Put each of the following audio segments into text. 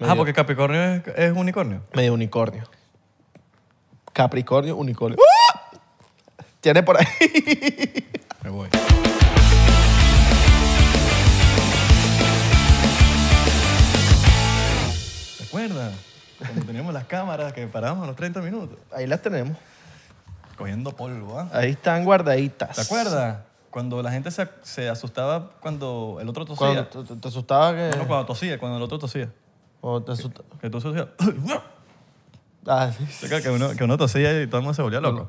Ah, porque Capricornio es, es unicornio. Medio unicornio. Capricornio, unicornio. ¡Ah! Tiene por ahí. Me voy. ¿Recuerda? Cuando teníamos las cámaras que parábamos a los 30 minutos, Ahí las tenemos. cogiendo polvo, ¿ah? Ahí están guardaditas. ¿Te acuerdas? Cuando la gente se, se asustaba cuando el otro tosía. Cuando te, te- te asustaba que. No, cuando tosía, cuando el otro tosía. cuando te asustaba. Que tú tosías. Ah, sí, sí. que, uno, que uno tosía y todo el mundo se volvía loco.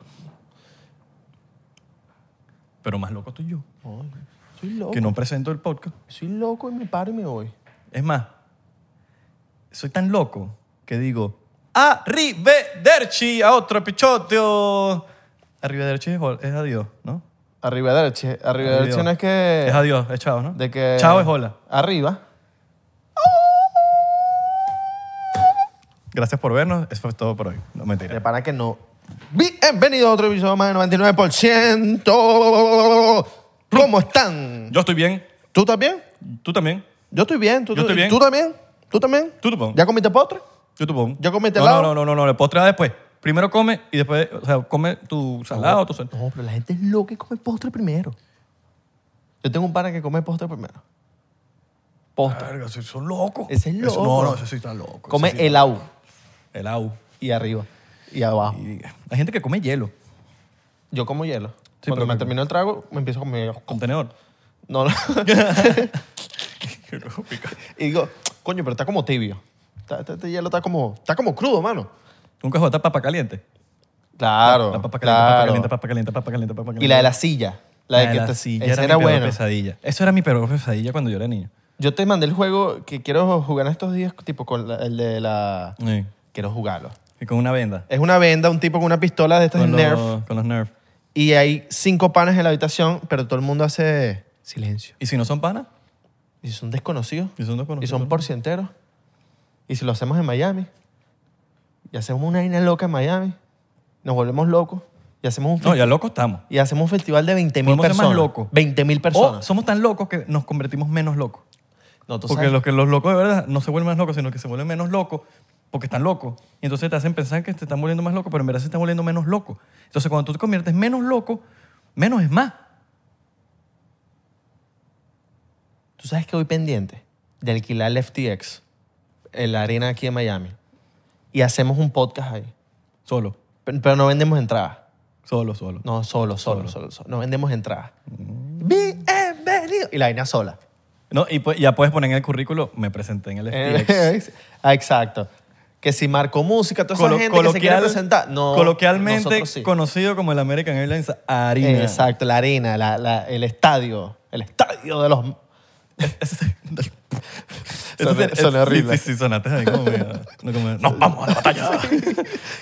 Pero más loco tú y yo, Oye, Soy loco. que no presento el podcast. Soy loco y me paro y me voy. Es más, soy tan loco que digo, arrivederci a otro episodio. Arrivederci es, hol- es adiós, ¿no? Arriba derecha. Arriba derecha no es que. Es adiós, es chao, ¿no? de que. Chao es hola. Arriba. Gracias por vernos. Eso fue todo por hoy. No, mentira. De para que no. Bienvenidos a otro episodio más de 99%. ¿Cómo están? Yo estoy bien. ¿Tú estás bien? Tú también. Yo estoy bien. ¿Tú, Yo estoy bien. ¿Tú también? ¿Tú también? Tú tampoco. ¿Ya comiste postre? Yo tu ¿Yo comí este no, helado? no, no, no, no. El postre va después. Primero come y después, o sea, come tu salado, tu sal- No, pero la gente es loca y come postre primero. Yo tengo un pana que come postre primero. Postre. Verga, sí, son locos. Ese es Eso- loco. No, no, eso sí está loco. Come Eso sí- helado helado. y arriba y abajo. Y hay gente que come hielo. Yo como hielo. Sí, Cuando pero me que- termino el trago, me empiezo a comer hielo. Contenedor. No, no. Qué lógico. y digo, coño, pero está como tibio. Está- Este, este hielo está como, está como crudo, mano. Nunca jugaste a papa caliente. Claro, La papa caliente, papa claro. caliente, papa caliente, papa caliente, papa caliente. Y la de la silla. La de que la te- silla esa era, era mi peor buena. pesadilla. Eso era mi peor pesadilla cuando yo era niño. Yo te mandé el juego que quiero jugar en estos días, tipo con la- el de la... Sí. Quiero jugarlo. Y con una venda. Es una venda, un tipo con una pistola de estas con, Nerf. Los, con los Nerf. Y hay cinco panes en la habitación, pero todo el mundo hace silencio. ¿Y si no son panas? Y son desconocidos. ¿Y son desconocidos? Y son porcienteros. Y si lo hacemos en Miami. Y hacemos una vaina loca en Miami. Nos volvemos locos. Y hacemos un, fe- No, ya locos estamos. y hacemos un festival de 20.000 Podemos ser personas. más locos. 20.000 O personas. somos tan locos que nos convertimos menos locos. no, tú Porque sabes. los, que, los locos de verdad no se vuelven más locos, sino que se vuelven menos locos porque están locos. Y entonces te hacen pensar que te están volviendo más loco, pero en verdad se están volviendo menos locos. Entonces cuando tú te conviertes menos loco, menos es más. Tú sabes que voy pendiente de alquilar el FTX, en la arena aquí en Miami. Y hacemos un podcast ahí. Solo, Pero, pero no vendemos entradas. solo, solo. No, solo, solo, solo, solo. No vendemos entradas. Bienvenido. Y la vaina sola. No, y pues, ya puedes poner en el currículo, me presenté en el FTX. Ah, Exacto. Que si marcó música, toda esa Colo- gente que se quiere coloquial- presentar. No, coloquialmente nosotros sí. conocido como el American Airlines Arena. Exacto, la arena, la- la- el estadio. El estadio de los. Eso Suena- se- suena sí, horrible. Sí, sí, sonaste ahí como medio- no, como medio, ¡Nos vamos a la batalla!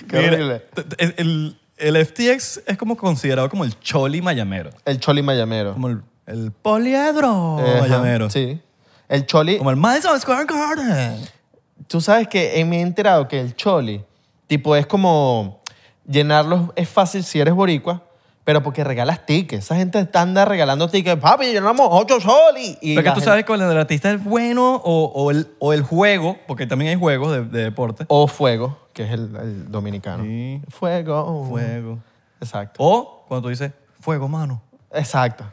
qué horrible. t- t- El, el FTX es como considerado como el choli mayamero. El Choli Mayamero. Como el, el poliedro Ajá, mayamero. Sí. El Choli. Como el Madison Square Garden. Tú sabes que eh, me he enterado que el choli, tipo, es como llenarlos es fácil si eres boricua, pero porque regalas tickets. Esa gente está- anda regalando tickets. Papi, llenamos ocho cholis. Y Porque la tú gente- sabes que el artista es bueno o, o el, o el juego, porque también hay juegos de, de deporte. O fuego, que es el, el dominicano. Sí. Fuego. Fuego. Exacto. O cuando tú dices, fuego, mano. Exacto.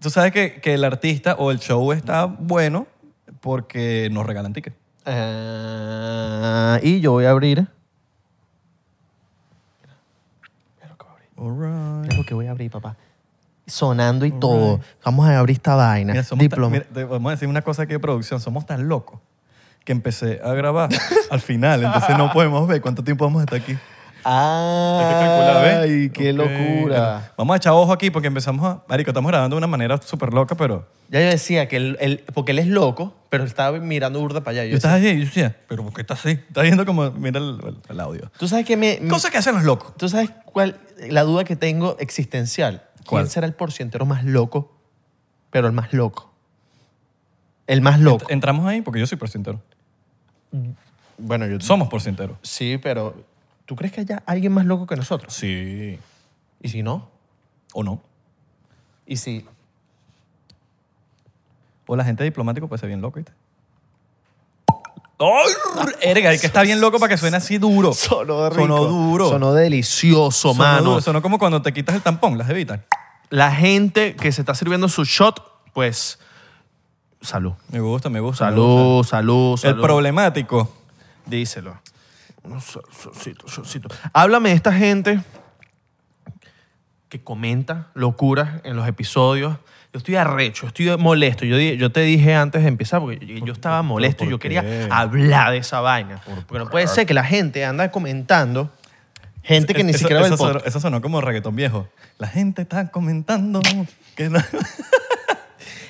Tú sabes que, que el artista o el show está bueno porque nos regalan tickets. Ah, y yo voy a abrir. Mira lo que voy a abrir. Mira lo que voy a abrir, papá. Sonando y todo. Vamos a abrir esta vaina. Mira, somos tan- Diploma. mira, te vamos a decir una cosa aquí de producción. Somos tan locos que empecé a grabar al final. Entonces no podemos ver cuánto tiempo vamos a estar aquí. Hay que calcular, ¿ves? Ay, qué Ok, locura. bueno. Vamos a echar ojo aquí porque empezamos a... Marico, estamos grabando de una manera súper loca, pero... Ya yo decía que él, él- porque él es loco, pero estaba mirando burda para allá. Yo Yo decía, estaba allí y yo decía, pero ¿por qué está así? Estás viendo como... Mira el, el- el audio. ¿Tú sabes que me, me- Cosas que hacen los locos. ¿Tú sabes cuál la duda que tengo existencial? ¿Cuál? ¿Quién será el porcientero más loco? Pero el más loco. El más loco. Entramos ahí porque yo soy porcentero. eh, Bueno, yo Somos porcenteros. sí, pero ¿tú crees que haya alguien más loco que nosotros? Sí. ¿Y si no? ¿O no? ¿Y si O la gente diplomático puede ser bien loco, ¿viste? ¡Ay! Erga, el que está bien loco para que suene así duro. Sonó rico. Sonó duro. Sonó delicioso, Sonó mano. duro. Sonó como cuando te quitas el tampón, las evitas. La gente que se está sirviendo su shot, pues, salud. Me gusta, me gusta. me gusta. Salud, salud, salud. El problemático. Díselo. Un so- shotcito, shotcito. Háblame de esta gente que comenta locuras en los episodios. Yo estoy arrecho, estoy molesto. Yo, di- yo te dije antes de empezar, porque yo, yo estaba molesto y por yo quería qué? hablar de esa vaina. Porque no puede ser que la gente anda comentando, gente que ni Eso- siquiera ve eso, el podcast. sonó, eso sonó como reggaetón viejo. La gente está comentando que no-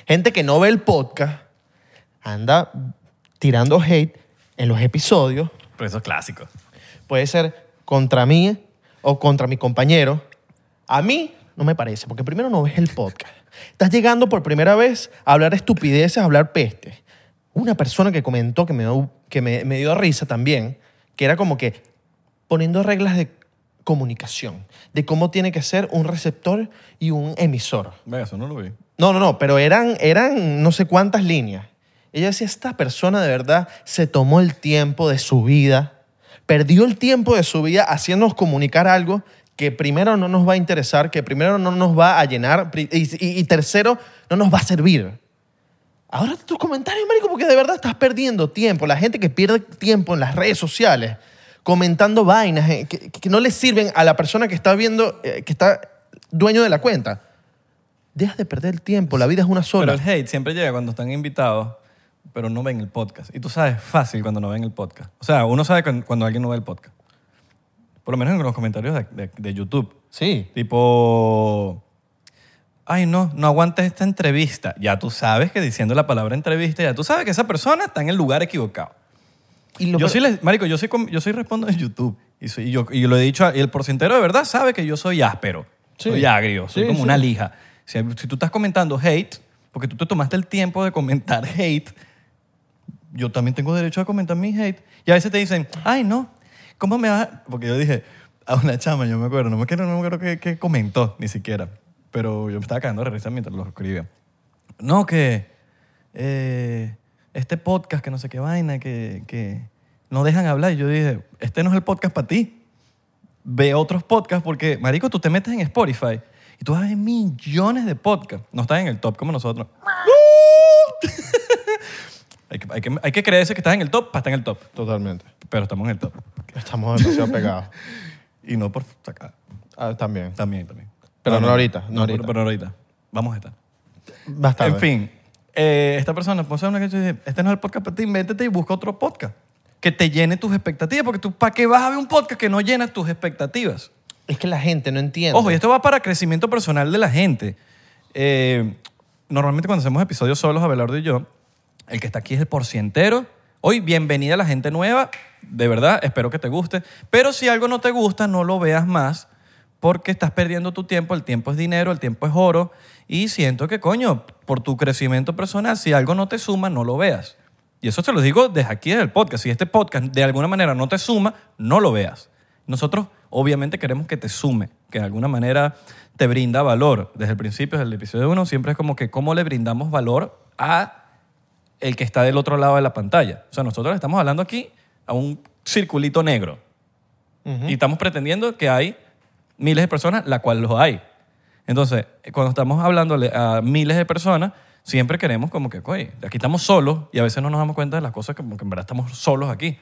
gente que no ve el podcast anda tirando hate en los episodios. Pero eso es clásico. Puede ser contra mí o contra mi compañero. A mí no me parece, porque primero no ves el podcast. Estás llegando por primera vez a hablar estupideces, a hablar peste. Una persona que comentó que me dio, que me, me dio risa también, que era como que poniendo reglas de comunicación, de cómo tiene que ser un receptor y un emisor. Venga, eso no lo vi. No, no, no, pero eran, eran no sé cuántas líneas. Ella decía, esta persona de verdad se tomó el tiempo de su vida, perdió el tiempo de su vida haciéndonos comunicar algo que primero no nos va a interesar, que primero no nos va a llenar pri- y, y- y tercero no nos va a servir. Ahora tus comentarios, marico, porque de verdad estás perdiendo tiempo. La gente que pierde tiempo en las redes sociales comentando vainas eh, que, que no le sirven a la persona que está viendo, eh, que está dueño de la cuenta. Dejas de perder el tiempo, la vida es una Pero sola. el hate siempre llega cuando están invitados, pero no ven el podcast. Y tú sabes fácil cuando no ven el podcast. O sea, uno sabe cuan- cuando alguien no ve el podcast. Por lo menos en los comentarios de- de- de YouTube. Sí. Tipo, ay, no, no aguantes esta entrevista. Ya tú sabes que diciendo la palabra entrevista, ya tú sabes que esa persona está en el lugar equivocado. Y lo Yo peor- sí, les, marico, yo sí, com- yo sí respondo en YouTube. Y, soy- y yo, y lo he dicho, y el porcentero de verdad sabe que yo soy áspero. Sí. Soy agrio, soy Sí, como sí. una lija. Si, si tú estás comentando hate, porque tú te tomaste el tiempo de comentar hate, yo también tengo derecho a comentar mi hate. Y a veces te dicen, ay, no, ¿cómo me vas? a-?" Porque yo dije a una chama, yo me acuerdo, no me acuerdo, no me acuerdo qué, qué comentó, ni siquiera. Pero yo me estaba cagando de risa mientras lo escribía. No, que eh, este podcast, que no sé qué vaina, que, que no dejan hablar. Y yo dije, este no es el podcast para ti ve otros podcasts porque, marico, tú te metes en Spotify y tú vas a ver millones de podcasts. No estás en el top como nosotros. hay, que, hay, que, hay que creerse que estás en el top para estar en el top. Totalmente. Pero estamos en el top. Estamos demasiado pegados. Y no por sacar. Ah, también. También, también. Pero no ahorita, pero- no ahorita. Pero, ahorita. Vamos a estar. Bastante. En fin, eh, esta persona puso una que dice, este no es el podcast para ti, métete y busca otro podcast que te llene tus expectativas. Porque tú, ¿para qué vas a ver un podcast que no llena tus expectativas? Es que la gente no entiende. Ojo, y esto va para crecimiento personal de la gente. Eh, normalmente cuando hacemos episodios solos, Abelardo y yo, el que está aquí es el porcientero. Hoy, bienvenida a la gente nueva. De verdad, espero que te guste. Pero si algo no te gusta, no lo veas más porque estás perdiendo tu tiempo. El tiempo es dinero, el tiempo es oro. Y siento que, coño, por tu crecimiento personal, si algo no te suma, no lo veas. Y eso te lo digo desde aquí, desde el podcast. Si este podcast de alguna manera no te suma, no lo veas. Nosotros obviamente queremos que te sume, que de alguna manera te brinda valor. Desde el principio, desde el episodio 1, siempre es como que cómo le brindamos valor a el que está del otro lado de la pantalla. O sea, nosotros estamos hablando aquí a un circulito negro. Y estamos pretendiendo que hay miles de personas, la cual los hay. Entonces, cuando estamos hablando a miles de personas, siempre queremos como que, oye, aquí estamos solos y a veces no nos damos cuenta de las cosas que, como que en verdad estamos solos aquí.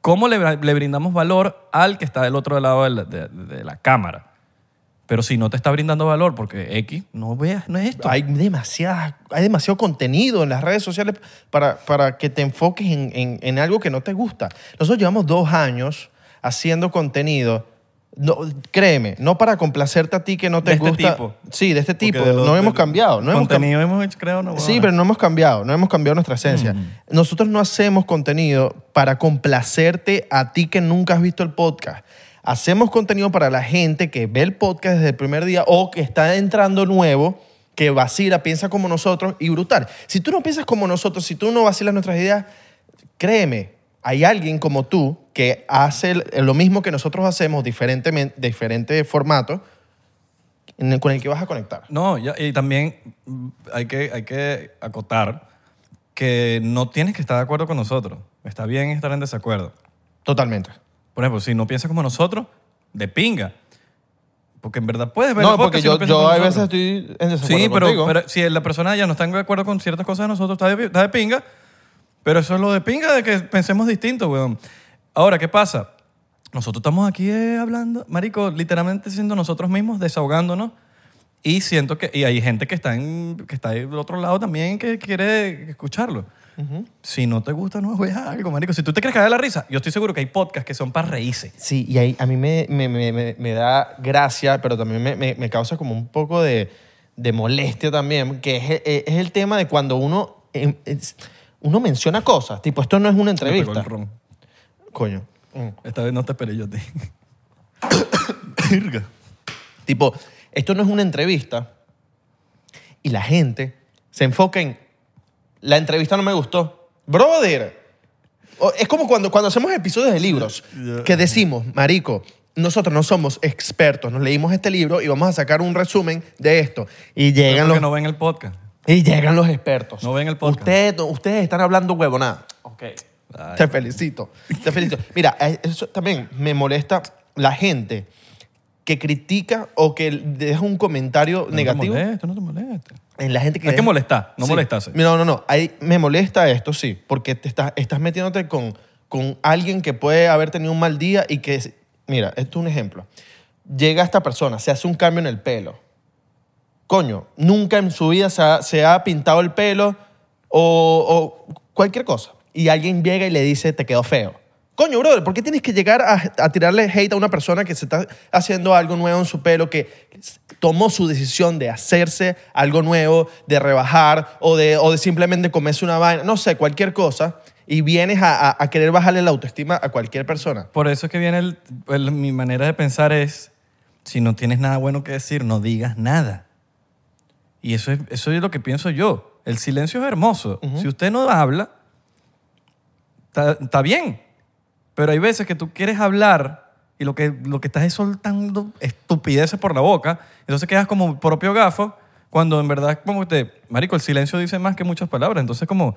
¿Cómo le, bra- le brindamos valor al que está del otro lado de la, de- de la cámara? Pero si no te está brindando valor, porque X, no veas, no es esto. Hay, demasiada, hay demasiado contenido en las redes sociales para, para que te enfoques en, en- en algo que no te gusta. Nosotros llevamos dos años haciendo contenido. No, créeme, no para complacerte a ti que no te De este gusta. tipo. Sí, de este tipo. Porque de lo- no de- hemos cambiado. No hemos cam- contenido hemos hecho, creo, no. Sí, pero no hemos cambiado, no hemos cambiado nuestra esencia. Nosotros no hacemos contenido para complacerte a ti que nunca has visto el podcast. Hacemos contenido para la gente que ve el podcast desde el primer día o que está entrando nuevo, que vacila, piensa como nosotros y brutal. Si tú no piensas como nosotros, si tú no vacilas nuestras ideas, créeme, hay alguien como tú que hace el- lo mismo que nosotros hacemos, diferentemente, diferente formato, en el- con el que vas a conectar. No, ya- y también mm, hay que, hay que acotar que no tienes que estar de acuerdo con nosotros. Está bien estar en desacuerdo. Totalmente. Por ejemplo, si no piensas como nosotros, de pinga. Porque en verdad puedes ver no, el porque podcast si yo, piensas yo como a veces nosotros. estoy en desacuerdo Sí, pero, contigo. pero si la persona ya no está de acuerdo con ciertas cosas de nosotros, está de, está de pinga. Pero eso es lo de pinga, de que pensemos distinto, weón. Ahora, ¿qué pasa? Nosotros estamos aquí eh, hablando, marico, literalmente siendo nosotros mismos, desahogándonos. Y siento que... Y hay gente que está, en, que está ahí del otro lado también que quiere escucharlo. Si no te gusta, no juegues algo, marico. Si tú te quieres cagar de la risa, yo estoy seguro que hay podcasts que son para reírse. Sí, y ahí a mí me, me, me- me- me da gracia, pero también me, me- me causa como un poco de, de molestia también, que es, e- es el tema de cuando uno, em, es- uno menciona cosas, tipo, esto no es una Me pegó el entrevista. ron. Coño. Mm. Esta vez no te esperé yo a ti. Virga. Tipo, esto no es una entrevista. Y la gente se enfoca en, la entrevista no me gustó. Brother, O- es como cuando, cuando hacemos episodios de libros, que decimos, marico, nosotros no somos expertos, nos leímos este libro y vamos a sacar un resumen de esto. Y llegan Porque los, no ven el podcast. y llegan los expertos. No ven el podcast. Ustedes, no- ustedes están hablando huevonada. Ok. Ay. Te felicito, te felicito. Mira, eh, eso también me molesta la gente que critica o que deja un comentario No negativo te molestes, no te molestes. en la gente que... Hay que molestar, no Sí. molestarse. No, no, no. Ahí me molesta esto, sí, porque te estás, estás metiéndote con, con alguien que puede haber tenido un mal día y que... es- Mira, esto es un ejemplo. Llega esta persona, se hace un cambio en el pelo. Coño, nunca en su vida se ha, se ha pintado el pelo o, o cualquier cosa. Y alguien llega y le dice, te quedó feo. Coño, brother, ¿por qué tienes que llegar a, a tirarle hate a una persona que se está haciendo algo nuevo en su pelo, que s- tomó su decisión de hacerse algo nuevo, de rebajar o de, o de simplemente comerse una vaina, no sé, cualquier cosa, y vienes a, a- a querer bajarle la autoestima a cualquier persona? Por eso es que viene el- el- mi manera de pensar es, si no tienes nada bueno que decir, no digas nada. Y eso es, eso es lo que pienso yo. El silencio es hermoso. Si usted no habla, está está bien. Pero hay veces que tú quieres hablar y lo que, lo que estás es soltando estupideces por la boca. Entonces quedas como propio gafo cuando en verdad como te... Marico, el silencio dice más que muchas palabras. Entonces como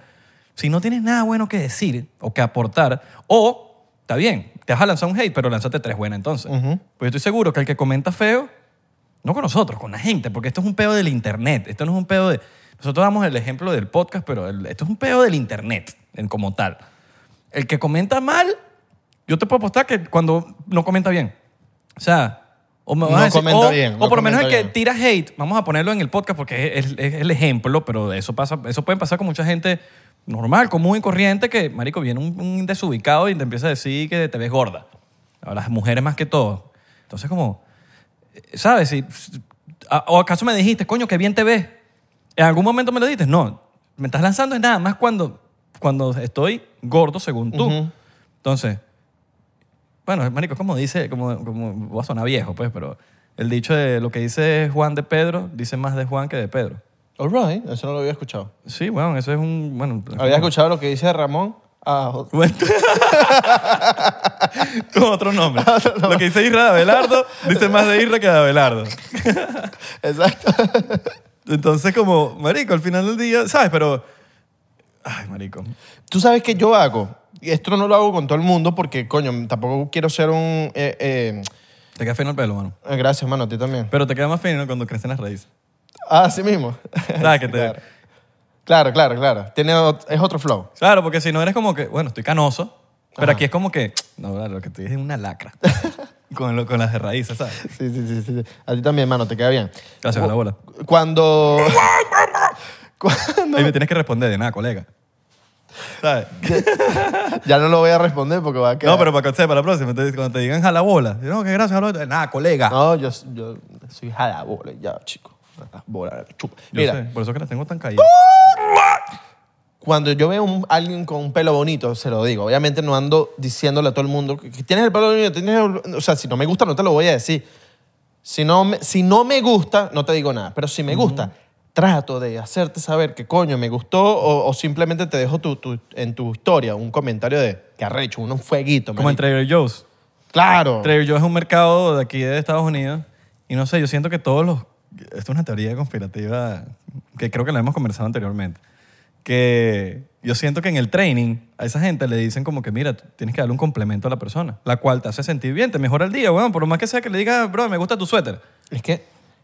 si no tienes nada bueno que decir o que aportar o... Está bien, te vas a lanzar un hate, pero lánzate tres buenas entonces. Pues yo estoy seguro que el que comenta feo, no con nosotros, con la gente, porque esto es un pedo del internet. Esto no es un pedo de... Nosotros damos el ejemplo del podcast, pero el- esto es un pedo del internet en, como tal. El que comenta mal, yo te puedo apostar que cuando no comenta bien. O sea, o me vas No a decir, comenta o, bien, no o por lo menos el comenta que bien. tira hate, vamos a ponerlo en el podcast porque es, es- es el ejemplo, pero eso pasa, eso puede pasar con mucha gente normal, común y corriente que, marico, viene un, un desubicado y te empieza a decir que te ves gorda. A las mujeres más que todo. Entonces como, ¿sabes? Si- a- ¿O acaso me dijiste, coño, qué bien te ves? ¿En algún momento me lo dijiste? No. Me estás lanzando es nada más cuando, cuando estoy gordo, según tú. Ujú. Entonces, bueno, marico, como dice, como, como voy a sonar viejo, pues, pero el dicho de lo que dice Juan de Pedro, dice más de Juan que de Pedro. All right, eso no lo había escuchado. Sí, bueno, eso es un... Bueno, Había escuchado lo que dice Ramón. Ah, jo- Bueno. Con otro nombre. Lo que dice Isra de Abelardo, dice más de Isra que de Abelardo. exacto. Entonces, como, marico, al final del día, ¿sabes? Pero, ay, marico. Tú sabes que yo hago, y esto no lo hago con todo el mundo porque, coño, tampoco quiero ser un... eh, eh, Te queda fino el pelo, mano. eh, gracias, mano, a ti también. Pero te queda más fino cuando crecen las raíces. Ah, sí mismo. ¿Sabes? Que te- Claro. Claro, claro, claro. Tiene ot- es otro flow. Claro, porque si no eres como que, bueno, estoy canoso, pero Ajá. aquí es como que, no, claro, lo que estoy es una lacra. con, lo- con las de raíces, ¿sabes? Sí, sí, sí, sí. A ti también, mano, te queda bien. Gracias a la bola. Cuando... Cuando... Ahí me tienes que responder de nada, colega. ¿Sabes? Ya no lo voy a responder porque va a quedar... No, pero para que sepa la próxima, entonces, cuando te digan jala bola, yo, no, que gracias, jala bola. Nada, colega. No, yo, yo soy jalabola, ya, chico. Jalabola, chupa. Yo Mira, sé, por eso es que las tengo tan caídas. cuando yo veo a alguien con un pelo bonito, se lo digo. Obviamente no ando diciéndole a todo el mundo que que tienes el pelo bonito, tienes el- O sea, si no me gusta, no te lo voy a decir. Si no me, si no me gusta, no te digo nada. Pero si me gusta, trato de hacerte saber que coño me gustó o, o simplemente te dejo tu- tu- en tu historia un comentario de que arrecho, un fueguito. Como en marico". Trader Joe's. Claro. Trader Joe's es un mercado de aquí de Estados Unidos y no sé, yo siento que todos los... Esto es una teoría conspirativa que creo que la hemos conversado anteriormente. que yo siento que en el training a esa gente le dicen como que, mira, tú tienes que darle un complemento a la persona, la cual te hace sentir bien, te mejora el día, weón. Por más que sea que le digas, bro, me gusta tu suéter. Es que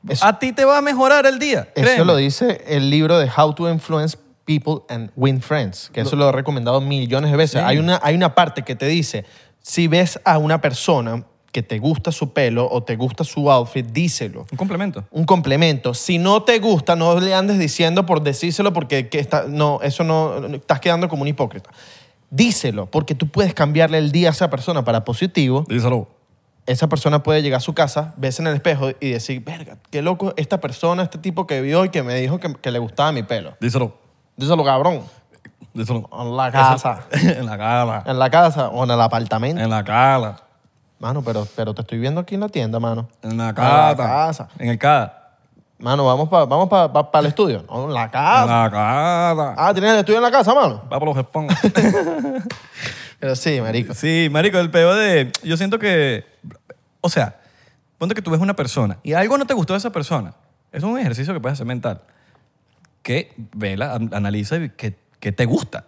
eso, a ti te va a mejorar el día. eso créeme. lo dice el libro de How to Influence People and Win Friends, que eso lo he recomendado millones de veces. Sí. Hay, una, hay una parte que te dice, si ves a una persona que te gusta su pelo o te gusta su outfit, díselo. Un complemento. un complemento. Si no te gusta, no le andes diciendo por decírselo porque que está, no, eso no, no, estás quedando como un hipócrita. Díselo, porque tú puedes cambiarle el día a esa persona para positivo. Díselo. Esa persona puede llegar a su casa, verse en el espejo y decir, verga, qué loco esta persona, este tipo que vio y que me dijo que, que le gustaba mi pelo. Díselo. Díselo, cabrón. Díselo. En la casa. en la cara. En la casa o en el apartamento. En la cara. Mano, pero, pero te estoy viendo aquí en la tienda, mano. En En la la casa. casa. En el cara. Mano, vamos para vamos pa, pa- pa el estudio. No, en la En casa. la cara. Ah, ¿tienes el estudio en la casa, mano? Va por los esponjas. Pero sí, marico. Sí, marico, el peo de... Yo siento que... O sea, ponte que tú ves una persona y algo no te gustó de esa persona. Es un ejercicio que puedes hacer mental. Que vela, an- analiza y que, que te gusta.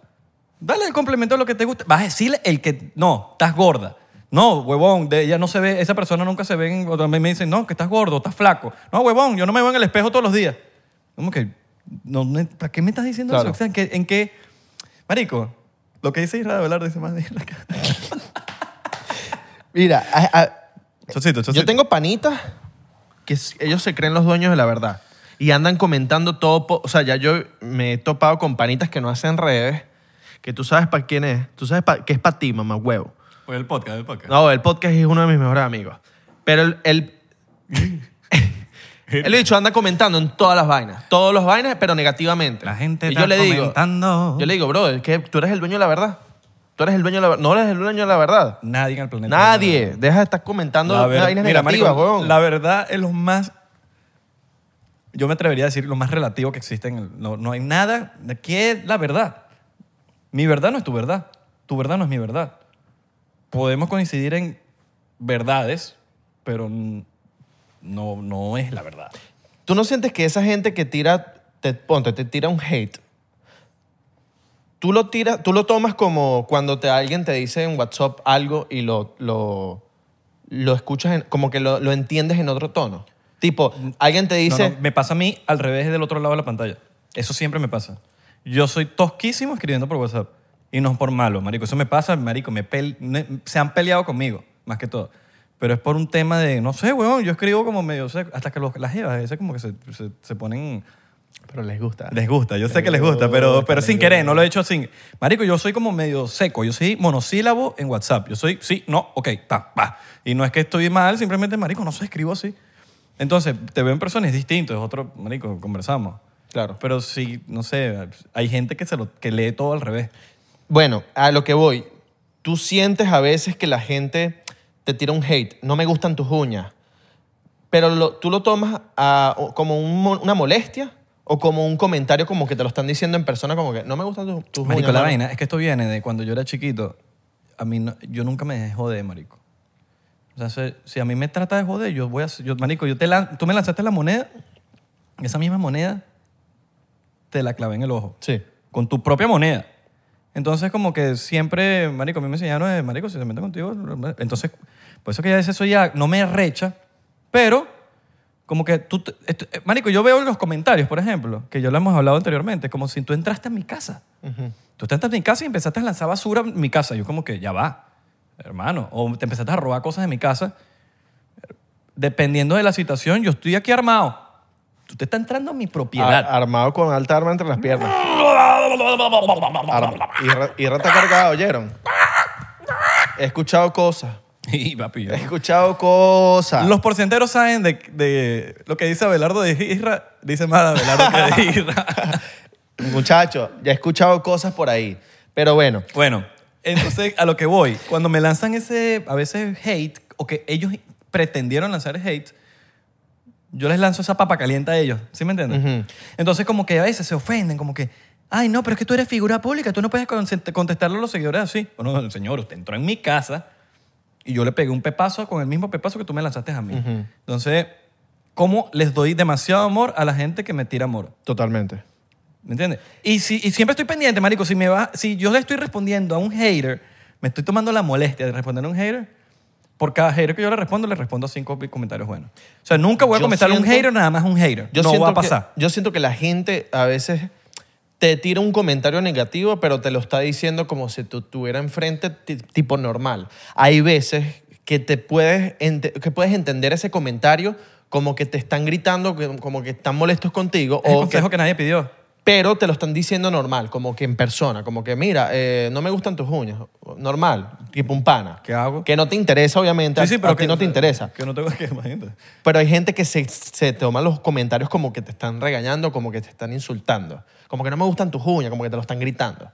Dale el complemento a lo que te gusta. Vas a decirle el que... No, estás gorda. No, huevón, de ella no se ve, esa persona nunca se ve. en- o también me dicen, no, que estás gordo, estás flaco. No, huevón, yo no me veo en el espejo todos los días. Como que, no, me- ¿para qué me estás diciendo Claro. eso? O sea, ¿en qué, en qué- Marico, lo que dice Israel Velarde dice más de la cara. Mira, a- a- Chocito, chocito. yo tengo panitas que s- ellos se creen los dueños de la verdad y andan comentando todo. po- O sea, ya yo me he topado con panitas que no hacen redes, que tú sabes para quién es. Tú sabes pa- que es para ti, mamá huevo. Pues el podcast, el podcast. No, el podcast es uno de mis mejores amigos. Pero el... el El bicho anda comentando en todas las vainas. Todas las vainas, pero negativamente. La gente Y está digo- comentando. yo le digo, bro, es que tú eres el dueño de la verdad. Tú eres el dueño de la verdad. No eres el dueño de la verdad. Nadie en el planeta. Nadie. Deja de estar comentando La ver- vainas Mira, negativas, marico, weón. La verdad es lo más. Yo me atrevería a decir lo más relativo que existe. En el- no, no hay nada. de ¿Qué es la verdad? Mi verdad no es tu verdad. Tu verdad no es mi verdad. Podemos coincidir en verdades, pero n- no, no es la verdad. ¿Tú no sientes que esa gente que tira, te, ponte, te tira un hate, tú lo, tiras, tú lo tomas como cuando te, alguien te dice en WhatsApp algo y lo, lo, lo escuchas, en- como que lo, lo entiendes en otro tono? Tipo, alguien te No, dice... no, me pasa a mí al revés del otro lado de la pantalla. Eso siempre me pasa. Yo soy tosquísimo escribiendo por WhatsApp. Y no es por malo, marico. Eso me pasa, marico. Me pel- me- se han peleado conmigo, más que todo. Pero es por un tema de, no sé, weón, yo escribo como medio seco. Hasta que los- las jevas a veces como que se, se- se ponen... Pero les gusta. Les gusta, yo sé que les gusta, pero, pero sin querer, no lo he hecho sin... Marico, yo soy como medio seco. Yo soy monosílabo en WhatsApp. Yo soy, sí, no, ok, pa, pa. Y no es que estoy mal, simplemente, marico, no sé, escribo así. Entonces, te veo en persona, es distinto, es otro, marico, conversamos. Claro. Pero sí, no sé, hay gente que, se lo, que lee todo al revés. Bueno, a lo que voy. Tú sientes a veces que la gente te tira un hate. No me gustan tus uñas. Pero lo- tú lo tomas a- o- como un mo- una molestia o como un comentario como que te lo están diciendo en persona como que no me gustan tus, tus Marico, uñas. la mano". vaina es que esto viene de cuando yo era chiquito. A mí no- yo nunca me dejé joder, marico. O sea, se- si a mí me trata de joder, yo voy a... Yo, marico, yo te lan- tú me lanzaste la moneda, esa misma moneda te la clavé en el ojo. Sí. Con tu propia moneda. Entonces, como que siempre, marico, a mí me enseñaron, eh, marico, si se mete contigo... Entonces, por eso que ya veces eso ya no me recha, pero como que tú... te- esto- eh, marico, yo veo los comentarios, por ejemplo, que ya lo hemos hablado anteriormente, como si tú entraste a mi casa. Ujú. Tú entraste en mi casa y empezaste a lanzar basura en mi casa. Yo como que, ya va, hermano. O te empezaste a robar cosas de mi casa. Dependiendo de la situación, yo estoy aquí armado. Tú te estás entrando a mi Ar- propiedad. armado con alta arma entre las piernas. Ar- y, ra- y rata cargada, ¿oyeron? He escuchado cosas. Y, papi, yo- He escuchado cosas. Los porcenteros saben de, de lo que dice Abelardo de Isra. Dice más Abelardo que de Isra. Muchachos, ya he escuchado cosas por ahí. Pero bueno, Bueno, entonces a lo que voy, cuando me lanzan ese, a veces hate, o que ellos pretendieron lanzar hate, yo les lanzo esa papa caliente a ellos, ¿sí me entiendes? Ujú. Entonces como que a veces se ofenden, como que, ay no, pero es que tú eres figura pública, tú no puedes conse- contestarle a los seguidores así. Bueno, señor, usted entró en mi casa y yo le pegué un pepazo con el mismo pepazo que tú me lanzaste a mí. Ujú. Entonces, ¿cómo les doy demasiado amor a la gente que me tira amor? totalmente. ¿Me entiendes? Y, si, y siempre estoy pendiente, marico. Si, me va, si yo le estoy respondiendo a un hater, me estoy tomando la molestia de responder a un hater. Por cada hater que yo le respondo, le respondo cinco comentarios buenos. O sea, nunca voy a Yo comentarle a un siento- hater, nada más a un hater. Yo no siento va a que- pasar. yo siento que la gente a veces te tira un comentario negativo, pero te lo está diciendo como si tú estuviera enfrente ti- tipo normal. Hay veces que te puedes ente- que puedes entender ese comentario como que te están gritando, que- como que están molestos contigo Es el o que- consejo que nadie pidió. pero te lo están diciendo normal, como que en persona, como que mira, eh, no me gustan tus uñas, normal, tipo un pana. ¿Qué hago? Que no te interesa obviamente, a- a ti no te interesa. Que no tengo que imagínate. Pero hay gente que se, se toma los comentarios como que te están regañando, como que te están insultando. Como que no me gustan tus uñas, como que te lo están gritando.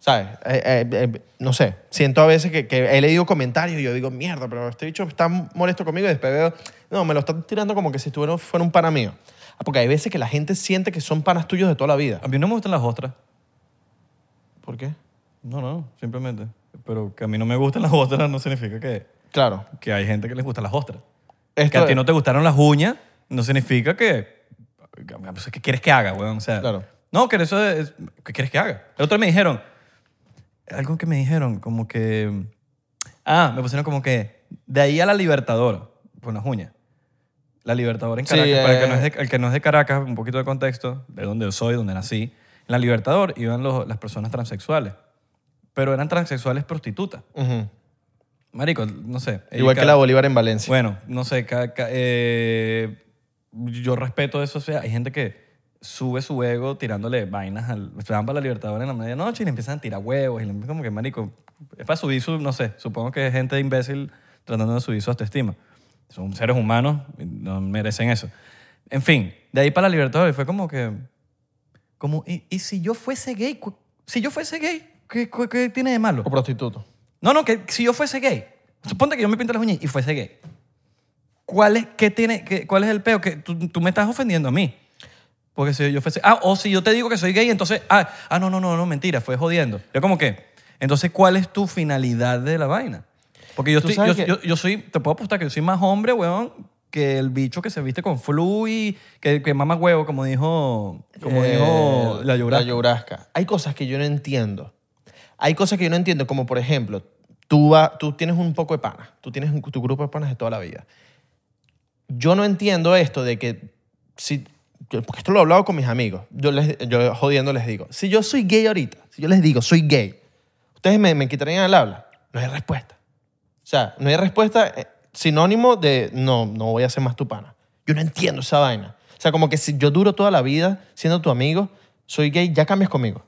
¿Sabes? Eh, eh, eh, no sé. Siento a veces que, que he leído comentarios y yo digo, mierda, pero este bicho está molesto conmigo y después veo, no, me lo están tirando como que si estuviera, fuera un pana mío. Ah, Porque hay veces que la gente siente que son panas tuyos de toda la vida. A mí no me gustan las ostras. ¿Por qué? No, no, simplemente. Pero que a mí no me gustan las ostras no significa que, Claro. que hay gente que les gustan las ostras. Esto Que a ti es- no te gustaron las uñas no significa que... que- pues, ¿Qué quieres que haga, weón? O sea, Claro. No, que eso es... ¿Qué quieres que haga? El otro me dijeron... Algo que me dijeron, como que... Ah, me pusieron como que... De ahí a la Libertadora, con las uñas. La Libertadora en Sí, Caracas. Para el que, eh. no es de, el que no es de Caracas, un poquito de contexto, de donde yo soy, donde nací. En la Libertador iban los- las personas transexuales. Pero eran transexuales prostitutas. Ujú. Marico, no sé. Igual que Ellos- la Bolívar en Valencia. bueno, no sé, ca- ca- eh, yo respeto eso. O sea, hay gente que sube su ego tirándole vainas al. Se van para la Libertadora en la medianoche y le empiezan a tirar huevos. Y le, como que, marico, es para subir su. No sé, supongo que es gente imbécil tratando de subir su autoestima. Son seres humanos, y no merecen eso. En fin, de ahí para la Libertadora y fue como que. Como, y, y si yo fuese gay? Cu- Si yo fuese gay, ¿qué, qué- qué tiene de malo? O prostituto. No, no, que si yo fuese gay, suponte que yo me pinto las uñas y fuese gay. ¿Cuál es, qué tiene, qué- cuál es el peo? Que tú, tú me estás ofendiendo a mí. Porque si yo fuese... Ah, o si yo te digo que soy gay, entonces... Ah, ah no, no, no, no, mentira, fue jodiendo. Yo como que... Entonces, ¿cuál es tu finalidad de la vaina? Porque yo, Tú estoy, yo, sabes que- yo- yo soy... Te puedo apostar que yo soy más hombre, weón, que el bicho que se viste con flu y que, que mama huevo, como dijo, como Eh, dijo la Yurasca. Yurasca. Hay cosas que yo no entiendo. Hay cosas que yo no entiendo, como por ejemplo, tú, va- tú tienes un poco de panas, tú tienes un- tu grupo de panas de toda la vida. Yo no entiendo esto de que, si, yo- porque esto lo he hablado con mis amigos, yo, les, yo jodiendo les digo, si yo soy gay ahorita, si yo les digo soy gay, ustedes me, me quitarían el habla, no hay respuesta. O sea, no hay respuesta eh, sinónimo de no, no voy a ser más tu pana. Yo no entiendo esa vaina. O sea, como que si yo duro toda la vida siendo tu amigo, soy gay, ya cambias conmigo.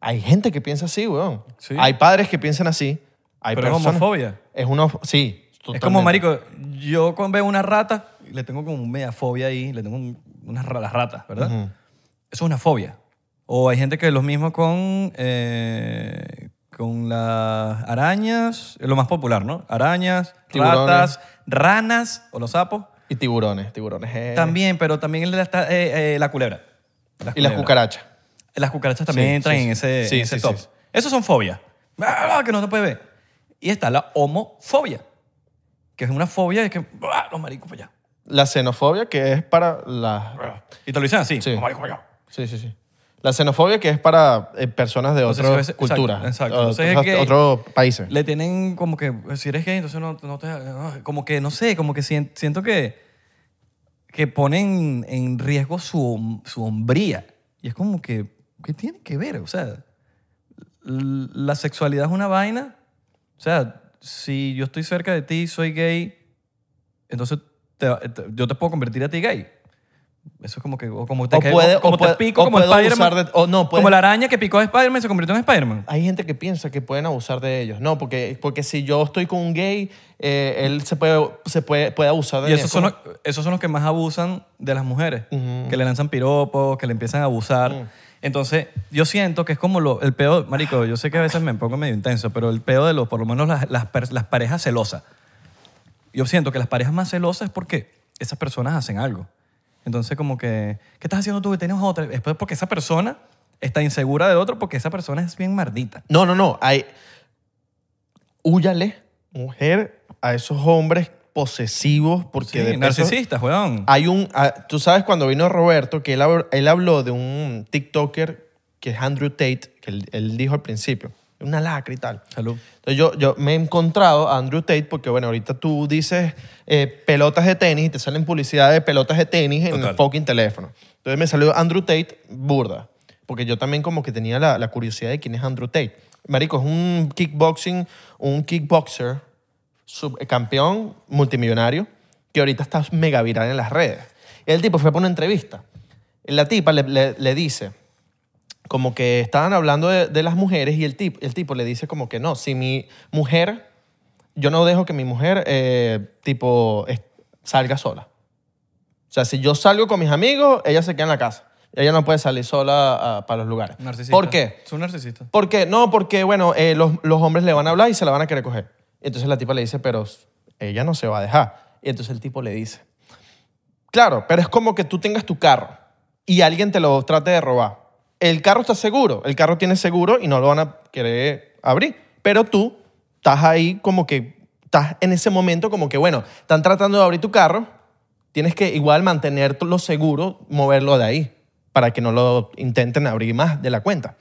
Hay gente que piensa así, weón. Sí. Hay padres que piensan así. Hay Pero es personas- homofobia. Es una... of- Sí. Es como, totalmente. marico, yo cuando veo una rata, le tengo como media fobia ahí, le tengo un- unas ra- las ratas, ¿verdad? Ujú. Eso es una fobia. O hay gente que es lo mismo con, eh, con las arañas, es lo más popular, ¿no? Arañas, Tiburones. ratas, ranas o los sapos. Y tiburones, tiburones. eh. También, pero también el de la, eh, eh, la culebra. Y las culebras. cucarachas. Las cucarachas también Sí, entran sí, sí. en ese, Sí, en ese sí, top. sí, sí. Esos son fobias. ¡Ah! Que no se puede ver. Y está la homofobia, que es una fobia de que ¡ah! los maricos para allá. La xenofobia, que es para las... Y te lo dicen así. Sí. "Los maricos para allá". Sí, sí, sí. La xenofobia, que es para eh, personas de Entonces, otras es- exacto, culturas. exacto. o- Entonces, es otras- que- otros países. Le tienen como que, si eres gay, entonces no, no te... ah, Como que, no sé, como que sien- siento que, que ponen en riesgo su, hom- su hombría. Y es como que, ¿qué tiene que ver? O sea, l- la sexualidad es una vaina. O sea, si yo estoy cerca de ti, soy gay, entonces te- te- yo te puedo convertir a ti gay. Eso es como que, o como te, O caigo- puede- o como te puede- pico, o como puedo Spider-Man. abusar de- o no, puede- como la araña que picó a Spider-Man se convirtió en Spider-Man. Hay gente que piensa que pueden abusar de ellos. No, porque, porque si yo estoy con un gay, eh, él se puede, se puede, puede abusar de Y mí. esos son, Como- los, esos son los que más abusan de las mujeres, Ujú. que le lanzan piropos, que le empiezan a abusar. Entonces, yo siento que es como lo, el peor, marico, yo sé que a veces me pongo medio intenso, pero el peor de los, por lo menos las, las per- las parejas celosas. Yo siento que las parejas más celosas es porque esas personas hacen algo. Entonces, como que, ¿qué estás haciendo tú que tienes otra? Es porque esa persona está insegura del otro porque esa persona es bien mardita. No, no, no. Hay... Húyale, mujer, a esos hombres posesivos porque Sí, de peso- narcisistas, weón. Hay un, ah, tú sabes cuando vino Roberto que él, hab- él habló de un TikToker que es Andrew Tate, que él, él dijo al principio, una lacra y tal. Salud. Entonces yo, yo me he encontrado a Andrew Tate porque, bueno, ahorita tú dices eh, pelotas de tenis y te salen publicidad de pelotas de tenis en Total. el fucking teléfono. Entonces me salió Andrew Tate burda. Porque yo también como que tenía la, la curiosidad de quién es Andrew Tate. Marico, es un kickboxing, un kickboxer, sub- eh, campeón, multimillonario, que ahorita está mega viral en las redes. Y el tipo fue para una entrevista. Y La tipa le- le- le dice, como que estaban hablando de, de las mujeres y el, tip, el tipo le dice como que no, si mi mujer, yo no dejo que mi mujer eh, tipo es- salga sola. O sea, si yo salgo con mis amigos, ella se queda en la casa. Ella no puede salir sola ah, para los lugares. Narcisista. ¿Por qué? Es un narcisista. ¿Por qué? No, porque, bueno, eh, los, los hombres le van a hablar y se la van a querer coger. Entonces la tipa le dice, pero ella no se va a dejar. Y entonces el tipo le dice, claro, pero es como que tú tengas tu carro y alguien te lo trate de robar. El carro está seguro, el carro tiene seguro y no lo van a querer abrir. Pero tú estás ahí como que, estás en ese momento como que, bueno, están tratando de abrir tu carro, tienes que igual mantenerlo seguro, moverlo de ahí para que no lo intenten abrir más de la cuenta.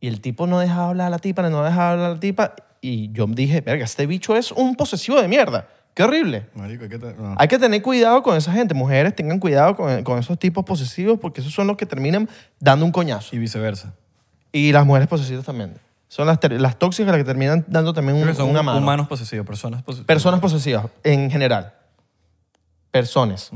Y el tipo no dejaba hablar a la tipa, no dejaba hablar a la tipa. Y yo dije, verga, este bicho es un posesivo de mierda. Qué horrible. Marico, ¿qué tal? No. Hay que tener cuidado con esa gente. Mujeres, tengan cuidado con, con esos tipos posesivos porque esos son los que terminan dando un coñazo. Y viceversa. Y las mujeres posesivas también. Son las, ter- las tóxicas las que terminan dando también un, Creo que son una mano. humanos posesivos, personas posesivas. Personas posesivas, en general. Personas.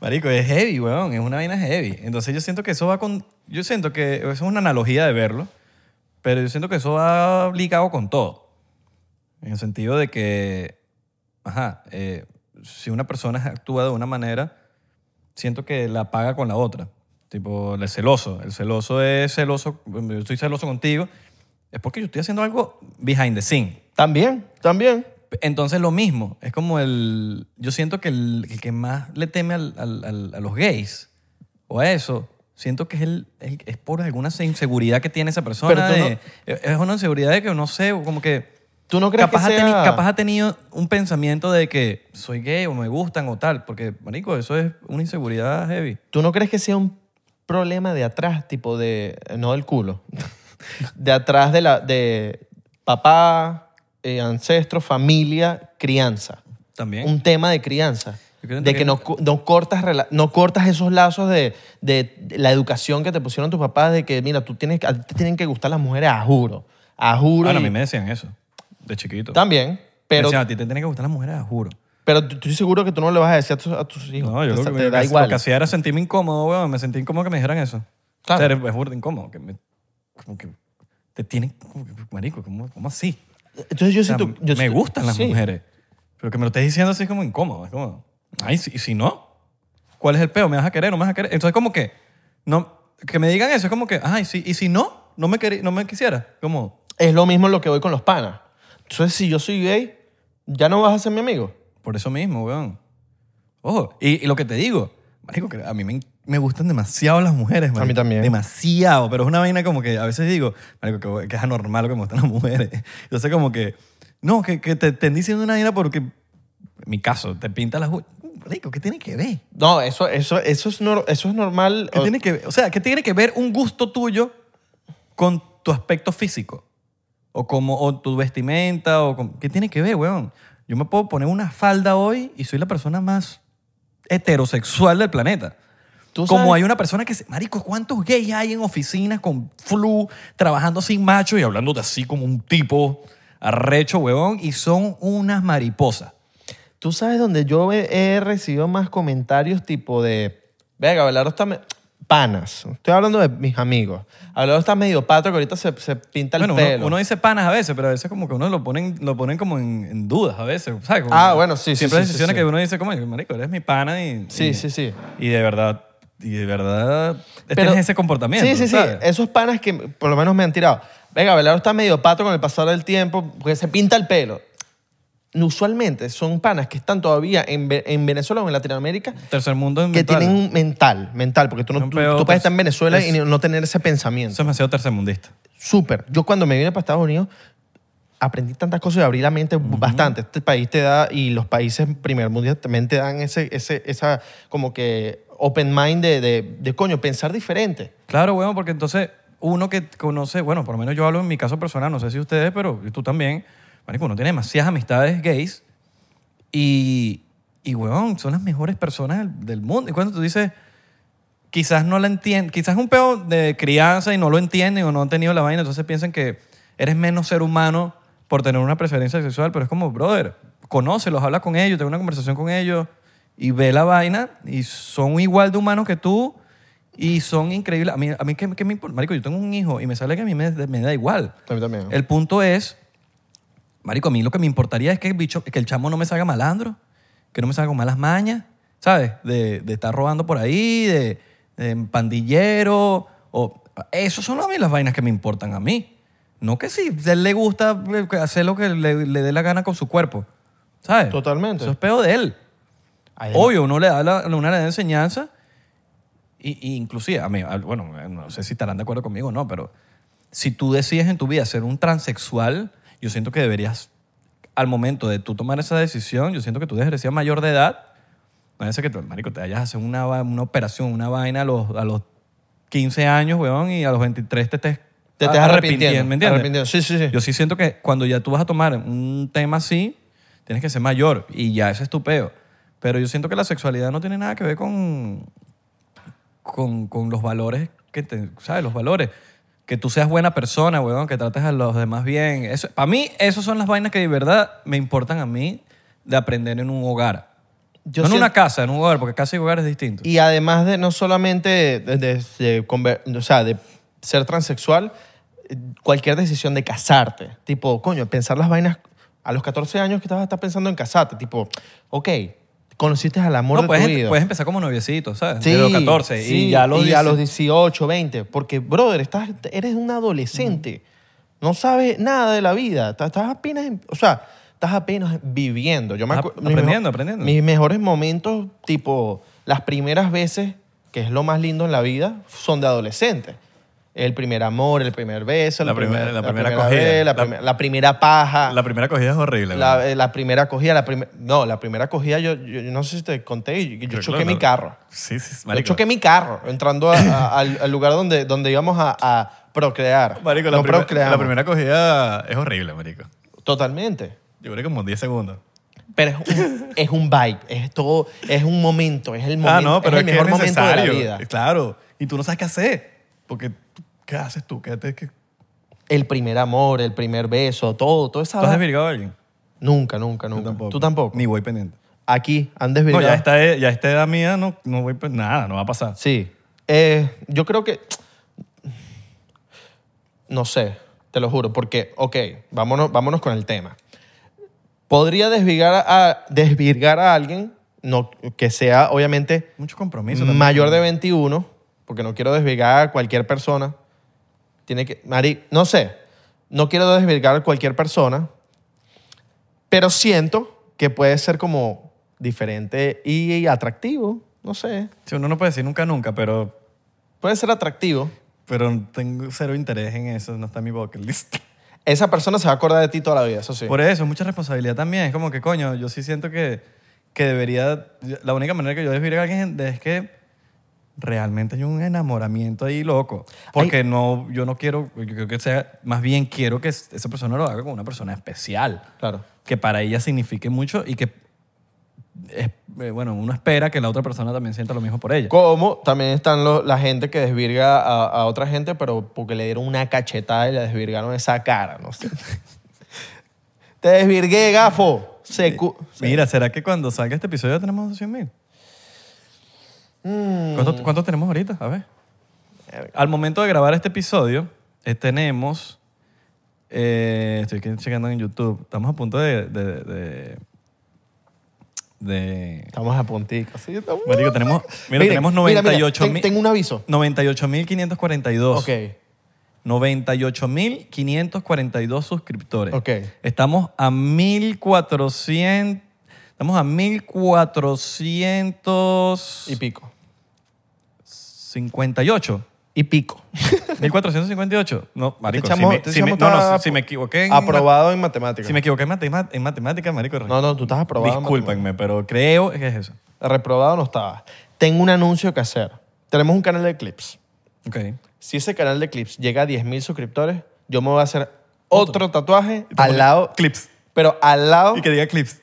Marico, es heavy, weón. Es una vaina heavy. Entonces yo siento que eso va con... Yo siento que eso es una analogía de verlo, pero yo siento que eso va ligado con todo. En el sentido de que, ajá, eh, si una persona actúa de una manera, siento que la paga con la otra. Tipo, el celoso. El celoso es celoso. Yo estoy celoso contigo. Es porque yo estoy haciendo algo behind the scene. También, también. Entonces lo mismo, es como el... Yo siento que el, el que más le teme al- al- al- a los gays o a eso, siento que es, el, el- es por alguna inseguridad que tiene esa persona. Pero tú de- e-, Es una inseguridad de que no sé, como que... ¿Tú no crees Capaz, que ha sea... teni- capaz ha tenido un pensamiento de que soy gay o me gustan o tal, porque, marico, eso es una inseguridad heavy. ¿Tú no crees que sea un problema de atrás, tipo de. No del culo. de atrás de la. de papá, eh, ancestro, familia, crianza. También. Un tema de crianza. Yo creo De que- que no, cu- no cortas, rela- no cortas esos lazos de, de la educación que te pusieron tus papás, de que, mira, tú tienes, a ti te tienen que gustar las mujeres, a juro. A juro. Bueno, a y- mí me decían eso, de chiquito. También, pero, Me decían, a ti te tienen que gustar las mujeres, juro. pero t- estoy seguro que tú no le vas a decir a tus, a tus hijos. No, yo lo Te- que, te lo da que- igual. lo que hacía era sentirme incómodo, weón. Me sentí incómodo que me dijeran eso. Claro. O sea, era- es burda incómodo. Que me- como que te tienen... como que, marico, ¿cómo, cómo así? Entonces yo O sea, siento. yo me siento- gustan las sí. mujeres. Pero que me lo estés diciendo así es como incómodo. Es como... Ay, si- y si no, ¿cuál es el peo? ¿Me vas a querer? ¿No me vas a querer? Entonces como que... No, que me digan eso es como que... Ay, sí, y si no, no me, queri- no me quisiera. Como... Es lo mismo lo que voy con los panas. Entonces, si yo soy gay, ya no vas a ser mi amigo. Por eso mismo, weón. Ojo, y, y lo que te digo, marico, que a mí me, me gustan demasiado las mujeres, marico. mí también. Demasiado, pero es una vaina como que a veces digo, marico, que, que es anormal que me gustan las mujeres. Entonces como que, no, que, que te estén diciendo una vaina porque, en mi caso, te pinta las... ju- Marico, ¿qué tiene que ver? No, eso, eso, eso, es, nor- eso es normal. ¿Qué tiene que ver? O sea, ¿qué tiene que ver un gusto tuyo con tu aspecto físico? O como o tu vestimenta, o con- ¿qué tiene que ver, weón? Yo me puedo poner una falda hoy y soy la persona más heterosexual del planeta. ¿Tú Como sabes? hay una persona que se... Marico, ¿cuántos gays hay en oficinas con flu, trabajando sin macho y hablando de así como un tipo arrecho, weón? Y son unas mariposas. Tú sabes donde yo he, he recibido más comentarios tipo de. Venga, Abelardo está. me- Panas. Estoy hablando de mis amigos. Abelardo está medio pato que ahorita se, se pinta el Bueno, uno, pelo. uno dice panas a veces, pero a veces como que uno lo ponen, lo ponen como en, en dudas a veces. ¿sabes? Como Ah, que bueno, sí, sí, Siempre hay sí, sí, decisiones sí. que uno dice, como, marico, eres mi pana y... Sí, y- sí, sí. Y de verdad, y de verdad, tienes Este ese comportamiento. Sí, sí, ¿sabes? sí. Esos panas que por lo menos me han tirado. Venga, Abelardo está medio pato con el pasar del tiempo porque se pinta el pelo. Usualmente son panas que están todavía en, Ve- en Venezuela o en Latinoamérica Tercer mundo que mental. tienen un mental, mental, porque tú, no, Son tú, peor, tú pues, puedes estar en Venezuela es- y no tener ese Eso pensamiento. es demasiado tercermundista. Súper. Yo cuando me vine para Estados Unidos, aprendí tantas cosas y abrí la mente bastante. Este país te da, y los países primer mundial también te dan ese, ese, esa como que open mind de, de, de, coño, pensar diferente. Claro, bueno, porque entonces uno que conoce, bueno, por lo menos yo hablo en mi caso personal, no sé si ustedes, pero tú también, marico, uno tiene demasiadas amistades gays y, y weón, son las mejores personas del, del mundo. Y cuando tú dices, quizás no la entienden, quizás es un peo de crianza y no lo entienden o no han tenido la vaina, entonces piensan que eres menos ser humano por tener una preferencia sexual, pero es como, brother, conócelos, habla con ellos, ten una conversación con ellos y ve la vaina y son igual de humanos que tú y son increíbles. A mí, a mí ¿qué, qué me importa? Marico, yo tengo un hijo y me sale que a mí me, me da igual. A mí también. El punto es, marico, a mí lo que me importaría es que el, bicho, que el chamo no me salga malandro, que no me salga con malas mañas, ¿sabes? De, de estar robando por ahí, de, de pandillero. O, esas son a mí las vainas que me importan a mí. No que sí, a él le gusta hacer lo que le, le dé la gana con su cuerpo, ¿sabes? Totalmente. Eso es peo de él. Obvio, uno le da la, una le da enseñanza y, y inclusive, a mí, a- bueno, no sé si estarán de acuerdo conmigo o no, pero si tú decides en tu vida ser un transexual, yo siento que deberías, al momento de tú tomar esa decisión, yo siento que tú deberías ser mayor de edad. No es que, tú, marico, te vayas a hacer una, va- una operación, una vaina a los, a los 15 años, weón, y a los 23 te estés Te estás arrepintiendo. ¿me entiendes? arrepintiendo. Sí, sí, sí. Yo sí siento que cuando ya tú vas a tomar un tema así, tienes que ser mayor y ya ese es tu peo. Pero yo siento que la sexualidad no tiene nada que ver con, con, con los valores que te, ¿sabes? Los valores. Que tú seas buena persona, weón, que trates a los demás bien. Eso, para mí, esas son las vainas que de verdad me importan a mí de aprender en un hogar. Yo no en siento- una casa, en un hogar, porque casa y hogar es distinto. Y además de no solamente de, de- de conver- o sea, de ser transexual, eh, cualquier decisión de casarte, tipo, coño, pensar las vainas a los 14 años que estabas estás pensando en casarte, tipo, ok, conociste al amor no, pues, de puedes, tu vida. puedes empezar como noviecito, ¿sabes? Sí, de los 14 sí, y ya a los, y a 10. los 18, 20, porque brother, estás, eres un adolescente, no sabes nada de la vida, estás, estás apenas, en- o sea, estás apenas viviendo. Yo me Ap- acu- mis aprendiendo, mejo- aprendiendo. Mis mejores momentos, tipo las primeras veces, que es lo más lindo en la vida, son de adolescente. El primer amor, el primer beso, La el primera- primer- la primera vez, acogida. la, La- primer- la primera paja. La primera cogida es horrible. La, güey. eh, la primera acogida, la primer- no, la primera acogida, yo, yo- yo no sé si te conté, yo, yo Claro, choqué claro. mi carro. Sí, sí, sí, Yo marico. choqué mi carro entrando a- a- al, al lugar donde, donde íbamos a, a procrear. Marico, la, no primer- procreamos. la primera cogida es horrible, marico. Totalmente. Yo creo que como 10 segundos. Pero es un, es un vibe, es todo, es un momento, es el momento, ah, no, pero es es, el que mejor es momento de la necesario. vida. Claro. Y tú no sabes qué hacer. Porque, tú- ¿qué haces tú? ¿Qué te, qué- El primer amor, el primer beso, todo, todo esa ¿Tú has va- desvirgado a alguien? Nunca, nunca, nunca. Tú tampoco. Ni voy pendiente. Aquí, han No, desvirgado. ya esta, ed- ya esta edad mía no, no voy pe- nada, no va a pasar. Sí. Eh, yo creo que. No sé, te lo juro, porque, ok, vámonos, vámonos con el tema. Podría desvirgar a, a- desvirgar a alguien no, que sea, obviamente, Mucho compromiso. también. mayor de 21, porque no quiero desvirgar a cualquier persona. Tiene que. Mari, no sé. No quiero desvirgar a cualquier persona, pero siento que puede ser como diferente y atractivo. No sé. Sí, uno no puede decir nunca, nunca, pero, Puede ser atractivo. pero tengo cero interés en eso, no está en mi bucket list. Esa persona se va a acordar de ti toda la vida, eso sí. Por eso, es mucha responsabilidad también. Es como que, coño, yo sí siento que, que debería. La única manera que yo desvirgo a alguien es que realmente hay un enamoramiento ahí loco. Porque no, yo no quiero, yo creo que sea, más bien quiero que esa persona lo haga con una persona especial. Claro. que para ella signifique mucho y que, es- eh, bueno, uno espera que la otra persona también sienta lo mismo por ella. Como también están lo- la gente que desvirga a, a otra gente, pero porque le dieron una cachetada y le desvirgaron esa cara, no sé. Te desvirgué, gafo. Se cu- Mira, ¿será que cuando salga este episodio ya tenemos 100 mil? Mm. ¿Cuántos tenemos ahorita? A ver. Al momento de grabar este episodio, eh, tenemos... eh, estoy aquí checando en YouTube. Estamos a punto de... de, de, de- Estamos a puntico. Sí, estamos- Marico, tenemos, mira, Miren, tenemos mira, mira, 98 ten- Tengo un aviso. 98.542. Ok. 98.542 suscriptores. Ok. Estamos a 1.400... Estamos a Y 1.458. pico. y pico. 1458. No, marico, si Este chamo- me, este si me- chamo no, no, está si- si me equivoqué en Aprobado en matemáticas. Si me equivoqué en, matema- en matemática, marico. No, no, tú estás aprobado. en Discúlpenme, pero creo que es eso. matemáticas. Reprobado no estaba. Tengo un anuncio que hacer. Tenemos un canal de clips. Ok. Si ese canal de clips llega a 10.000 suscriptores, yo me voy a hacer otro, tatuaje al lado. Clips. Pero al lado. Y que diga clips.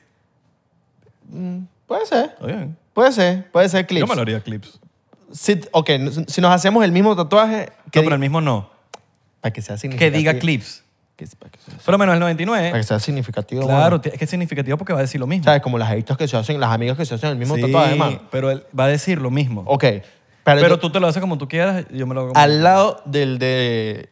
Puede ser. Está bien. Puede ser. Puede ser Yo clips. me lo haría clips. Si, ok, si nos hacemos el mismo tatuaje. No, di- pero el mismo no. Para que sea Que significativo. diga clips. Que- para, que sea, Por lo menos el para 99. que sea significativo. Claro, mano. t- es que es significativo porque va a decir lo mismo. ¿Sabes? Como las editas que se hacen, las amigas que se hacen el mismo tatuaje, hermano. pero él va a decir lo mismo. Ok. pero yo- tú te lo haces como tú quieras, yo me lo hago como- al lado del de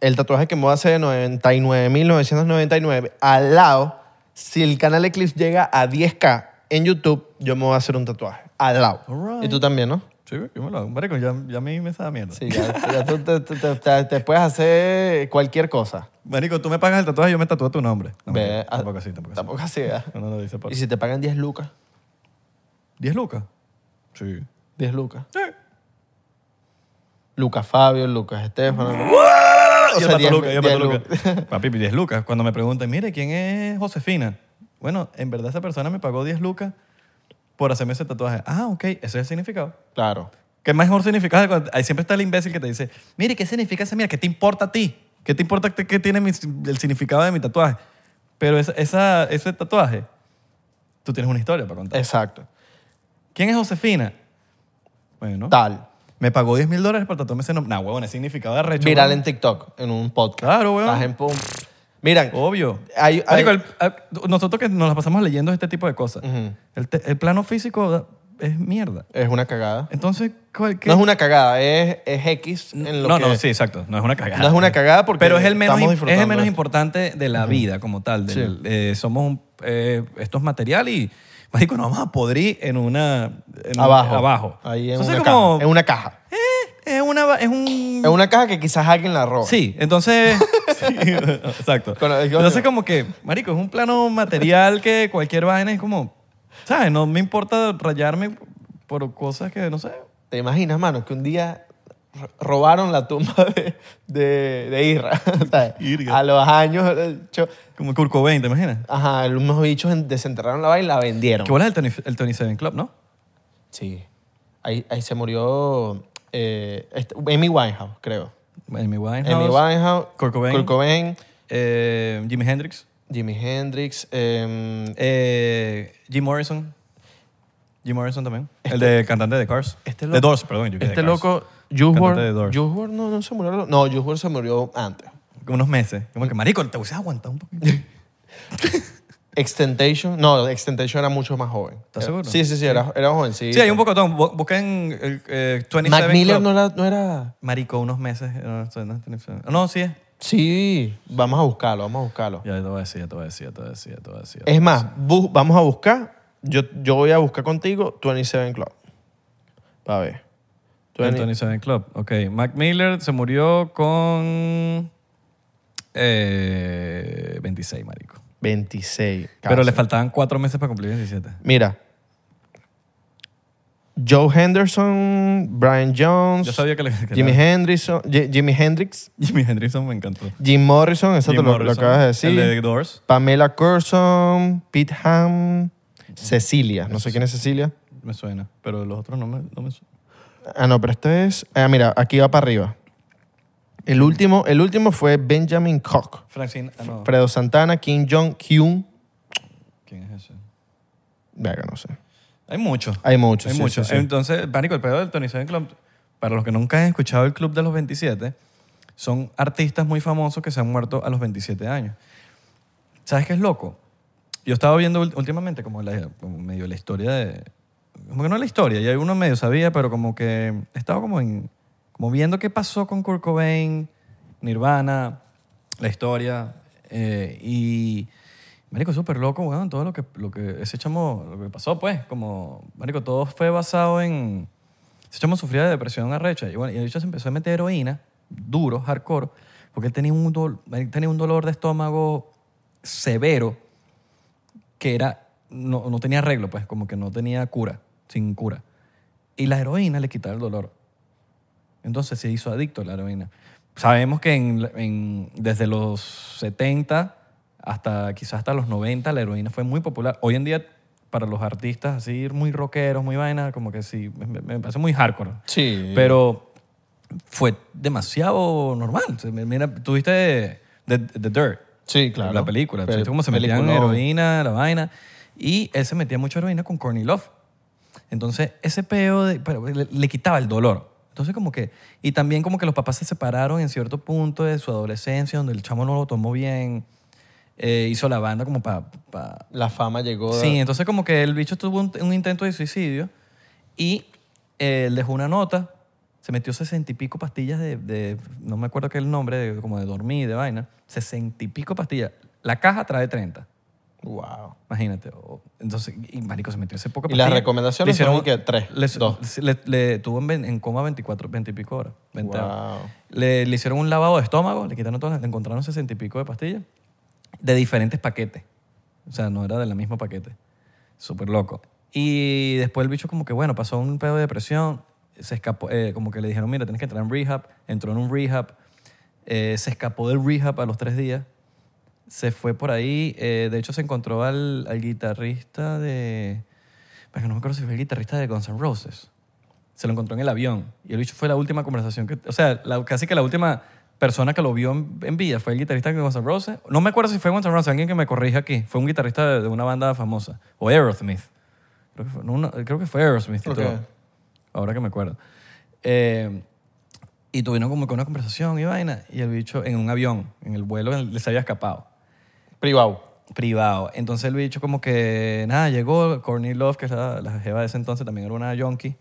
el tatuaje que me voy a hacer de 99.999, al lado, si el canal Eclipse llega a 10K en YouTube, yo me voy a hacer un tatuaje. Al lado. Alright. Y tú también, ¿no? Sí, yo me lo hago. Marico, ya, ya a mí me está mierda. Sí, ya, ya tú te, te- te- te- te puedes hacer cualquier cosa. Marico, tú me pagas el tatuaje y yo me tatúo tu nombre. No, Ve, mentira, ah, tampoco así, tampoco así. Tampoco así, ¿verdad? No, no, no, dice por... Y si te pagan 10 lucas, ¿10 lucas? Sí. 10 lucas. Sí. Lucas Fabio, Lucas Mm. Estefano. O yo sea, mato 10 lucas, yo 10 mato lucas. Papi, 10 lucas. Cuando me preguntan, mire, ¿quién es Josefina? Bueno, en verdad esa persona me pagó 10 lucas por hacerme ese tatuaje. Ah, ok, ese es el significado. Claro. ¿Qué mejor significado? Cuando- Ahí siempre está el imbécil que te dice, mire, ¿qué significa esa mierda? ¿Qué te importa a ti? ¿Qué te importa qué qué tiene mi- el significado de mi tatuaje? Pero esa, esa- ese tatuaje, tú tienes una historia para contar. Exacto. Eh. ¿Quién es Josefina? Bueno, Tal. me pagó 10 mil dólares para tatuarme ese nombre. Nah, huevón, es significado de recho. Viral huevón. en TikTok, en un podcast. Claro, Oh. huevón. Estás en pum. Miran, Obvio. Hay- Marico, hay- el- a- nosotros que nos la pasamos leyendo este tipo de cosas, Ujú. el, te- el plano físico da- es mierda. es una cagada. Entonces, ¿cuál- qué? No es una cagada, es, es X en lo no, que... no, sí, exacto. No es una cagada. No es una cagada porque Pero es el menos, estamos im- es disfrutando el menos esto. importante de la vida como tal. del- eh, somos un- eh, esto es material y, marico, nos vamos a podrir en una... en- Abajo. Abajo. Ahí en Entonces, una como, caja. En una caja. eh, es una... Es un... En una caja que quizás alguien la roba. Sí, entonces. Sí, exacto. Con- con- Entonces, como que, marico, es un plano material que cualquier vaina es como. ¿Sabes? No me importa rayarme por cosas que no sé. ¿Te imaginas, mano, que un día ro- robaron la tumba de, de, de Irra? O sea, Irga. a los años, el cho- Como Kurt Cobain, ¿te imaginas? ajá, unos bichos en- desenterraron la vaina y la vendieron. Que bola el Tony, el Tony Seven Club, ¿no? Sí. Ahí, ahí se murió eh, este- Amy Winehouse, creo. Amy Winehouse. Amy Winehouse, Kurt Cobain. Cobain, eh, Jimi Hendrix. Jimi Hendrix, em, eh, Jim Morrison. Jim Morrison también. El de cantante de Cars. Este de loco- Doors, perdón. yo dije Este Cars. loco, Cantante Juice de Doors. WRLD, Juice WRLD no, no se murió. No, Juice WRLD se murió antes. Unos meses. Como que, marico, te hubieses aguantado un poquito. Extentation, no, Extentation era mucho más joven. ¿Estás Era- seguro? Sí, sí, sí, era, era joven, sí. Sí, hay un pocotón. Bu- Busquen el, eh, 27 Mac Miller Club. no era, no era- Marico, unos meses. eh, No, estoy- no, estoy- no estoy- no, sí es. Sí, vamos a buscarlo, vamos a buscarlo. Ya te voy a decir, ya te voy a decir, ya te voy a decir, ya te voy a decir. Es más, bu- vamos a buscar, yo, yo voy a buscar contigo 27 Club. Para ver. El 20 Tony Seven Club. Ok. Mac Miller se murió con. eh, 26, marico. 26. Pero casi. le faltaban cuatro meses para cumplir 27. Mira. Joe Henderson, Brian Jones, Yo sabía que le. que Jimi, le- Henderson, Ji- Jimi Hendrix, Jimi Hendrixon me encantó. Jim Morrison, eso Jim te lo, lo Morrison, acabas de decir. El de The Doors. Pamela Curson, Pete Ham, Cecilia. No sé quién es Cecilia. Me suena. Pero los otros no me, no me suenan. Ah, no, pero este es. Ah, mira, aquí va para arriba. El último, el último fue Benjamin Koch, Francine. Ah, no. Fredo Santana, Kim Jong-hyun. ¿Quién es ese? Verga, no sé. Hay muchos. Hay muchos. Hay sí, muchos. sí, sí. Entonces, Pánico, el pedo del Tony Seven Club, para los que nunca han escuchado el Club de los 27, son artistas muy famosos que se han muerto a los 27 años. ¿Sabes qué es loco? Yo estaba viendo ul- últimamente como, la- como medio la historia de... Como que no la historia, ya uno medio sabía, pero como que estaba como, en, como viendo qué pasó con Kurt Cobain, Nirvana, la historia. eh, y, marico, es súper loco, weón, todo lo que, lo que ese chamo, lo que pasó, pues, como, marico, todo fue basado en... Ese Este chamo sufría de depresión arrecha. Y bueno, y el bicho se empezó a meter heroína, duro, hardcore, porque él tenía un, dol- él tenía un dolor de estómago severo que era, no, no tenía arreglo, pues, como que no tenía cura, sin cura. Y la heroína le quitaba el dolor. Entonces se hizo adicto a la heroína. Sabemos que en- en- desde los 70 hasta quizás hasta los 90 la heroína fue muy popular. Hoy en día para los artistas así muy rockeros, muy vaina, como que sí, me, me- me parece muy hardcore. Sí. Pero fue demasiado normal. O sea, Mira, tuviste The, The Dirt. Sí, claro. La película. Pe- ¿Viste cómo se metían en peliculón. heroína, la vaina? Y él se metía mucho heroína con Courtney Love. Entonces, ese peo de- pero le, le quitaba el dolor. Entonces, como que... Y también como que los papás se separaron en cierto punto de su adolescencia, donde el chamo no lo tomó bien. eh, hizo la banda como para... La fama llegó. Sí, entonces como que el bicho tuvo un, un intento de suicidio y eh, él dejó una nota, se metió sesenta y pico pastillas de, de- no me acuerdo qué es el nombre, de- como de dormir, de vaina, sesenta y pico pastillas. La caja trae 30, Wow. imagínate. O- Entonces, y marico, se metió ese poco Y las recomendaciones son que tres, dos. Le, le tuvo en, ven- en coma 24, 20 y pico horas. 20 horas. Wow. Le, le hicieron un lavado de estómago, le quitaron todas, las- le encontraron sesenta y pico de pastillas de diferentes paquetes. O sea, no era de la misma paquete. Súper loco. Y después el bicho como que, bueno, pasó un pedo de depresión, se escapó, eh, como que le dijeron, mira, tienes que entrar en rehab. Entró en un rehab, eh, se escapó del rehab a los tres días, se fue por ahí, eh, de hecho se encontró al, al guitarrista de... Pero no me acuerdo si fue el guitarrista de Guns N' Roses se lo encontró en el avión. Y el bicho fue la última conversación que... O sea, la- casi que la última persona que lo vio en, en vida fue el guitarrista de Guns N' Roses. No me acuerdo si fue Guns N' Roses, alguien que me corrija aquí. Fue un guitarrista de, de una banda famosa. O Aerosmith. Creo que fue, no, no, creo que fue Aerosmith. y Ok. todo. Ahora que me acuerdo. Eh, y tuvieron como que una conversación y vaina. Y el bicho en un avión, en el vuelo, él se había escapado Privado. privado. Entonces el bicho como que, nada, llegó Courtney Love, que es la, la jeva de ese entonces, también era una yonki,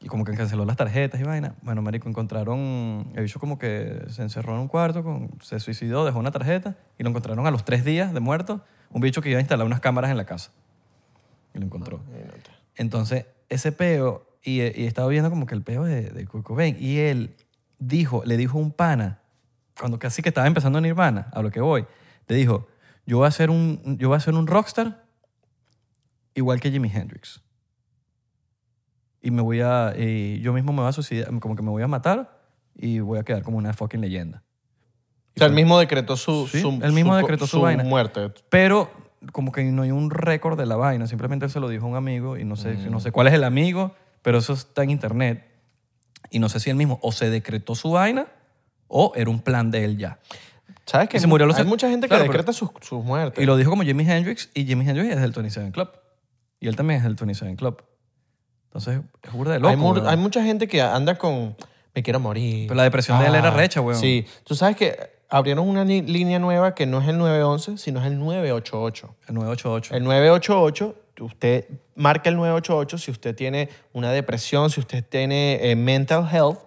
y como que canceló las tarjetas y vaina. Bueno, marico, encontraron, el bicho como que se encerró en un cuarto, con- se suicidó, dejó una tarjeta, y lo encontraron a los tres días de muerto, un bicho que iba a instalar unas cámaras en la casa. Y lo encontró. Entonces, ese peo, y, y estaba viendo como que el peo de, de Kurt Cobain, y él dijo, le dijo a un pana, cuando casi que estaba empezando Nirvana, a lo que voy, le dijo, yo voy a ser un, yo voy a ser un rockstar igual que Jimi Hendrix. Y me voy a, y yo mismo me voy a suicidar, como que me voy a matar y voy a quedar como una fucking leyenda. O sea, él mismo decretó su, Sí, su, él mismo su- decretó su su vaina. muerte. Pero como que no hay un récord de la vaina, simplemente él se lo dijo a un amigo y no sé, no sé cuál es el amigo, pero eso está en internet y no sé si él mismo o se decretó su vaina o era un plan de él ya. ¿Sabes que Y se murió a los Hay set- mucha gente que Claro, pero- decreta sus, sus muertes. Y lo dijo como Jimi Hendrix y Jimi Hendrix es del 27 Club. Y él también es del 27 Club. Entonces, es burda de loco. hay, mu- weón. hay mucha gente que anda con me quiero morir. Ah, Pero la depresión de él era recha, weón. Sí. Tú sabes que abrieron una ni- línea nueva que no es el 911, sino es el 988. El 988. El 988, usted marca el 988 si usted tiene una depresión, si usted tiene eh, mental health.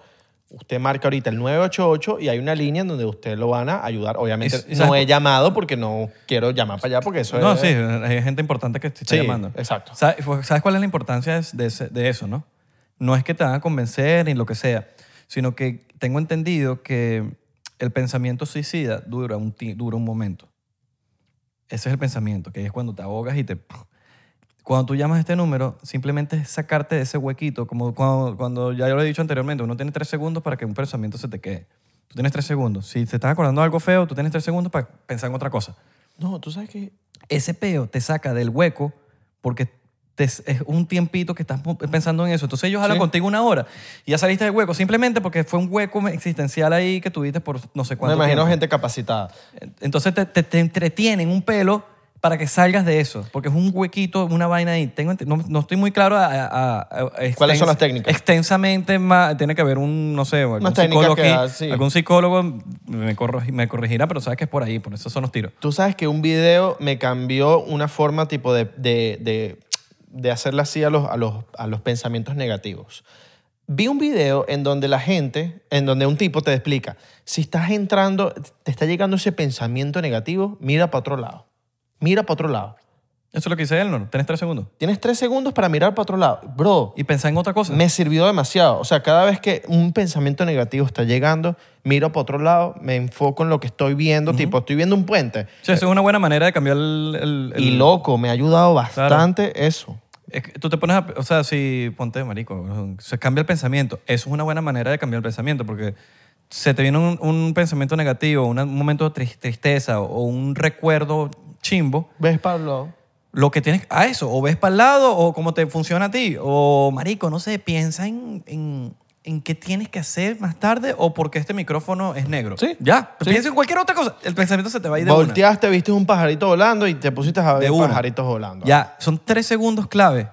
Usted marca ahorita el 988 y hay una línea en donde usted lo van a ayudar. Obviamente Y- y no sabes- he llamado porque no quiero llamar para allá porque eso no, es... sí, hay gente importante que te está Sí, llamando. exacto. ¿Sabes, pues, sabes cuál es la importancia es- de, ese- de eso, no? No es que te van a convencer ni lo que sea, sino que tengo entendido que el pensamiento suicida dura un, ti- dura un momento. Ese es el pensamiento, que es cuando te ahogas y te... Cuando tú llamas a este número, simplemente es sacarte de ese huequito, como cuando, cuando ya yo lo he dicho anteriormente, uno tiene tres segundos para que un pensamiento se te quede. Tú tienes tres segundos. Si te estás acordando de algo feo, tú tienes tres segundos para pensar en otra cosa No, tú sabes que... ese peo te saca del hueco porque te- es un tiempito que estás pensando en eso. Entonces ellos hablan Sí. contigo una hora y ya saliste del hueco simplemente porque fue un hueco existencial ahí que tuviste por no sé Me cuánto imagino tiempo. gente capacitada. Entonces te, te- te entretienen un pelo para que salgas de eso, porque es un huequito, una vaina ahí. Tengo, ent- no, no estoy muy claro a, a- a- a- ¿Cuáles son extens- las técnicas? Extensamente más, tiene que haber un, no sé, algún técnicas psicólogo, que aquí, da, sí. algún psicólogo me, corro- me corregirá, pero sabes que es por ahí, por eso son los tiros. Tú sabes que un video me cambió una forma tipo de, de, de- de hacerle así a los, a, los, a los pensamientos negativos. Vi un video en donde la gente, en donde un tipo te explica, si estás entrando, te está llegando ese pensamiento negativo, mira para otro lado. Mira para otro lado. Eso es lo que dice Elnor, tienes tres segundos. Tienes tres segundos para mirar para otro lado. Bro, y pensar en otra cosa. me sirvió demasiado. O sea, cada vez que un pensamiento negativo está llegando, miro para otro lado, me enfoco en lo que estoy viendo, tipo, estoy viendo un puente. O sea, eso es una buena manera de cambiar el... el- el- Y loco, me ha ayudado bastante eso. Es que tú te pones a, o sea, si ponte marico, se cambia el pensamiento. Eso es una buena manera de cambiar el pensamiento porque se te viene un, un pensamiento negativo, una- un momento de tris- tristeza o un recuerdo chimbo, ¿Ves, Pablo? lo que tienes a eso, o ves para el lado o cómo te funciona a ti, o marico, no sé, piensa en, en, en qué tienes que hacer más tarde o porque este micrófono es negro. Sí. Ya, Sí. piensa en cualquier otra cosa, el pensamiento se te va a ir de una. Volteaste, viste un pajarito volando y te pusiste a ver De una. pajaritos volando. Ya, son tres segundos clave.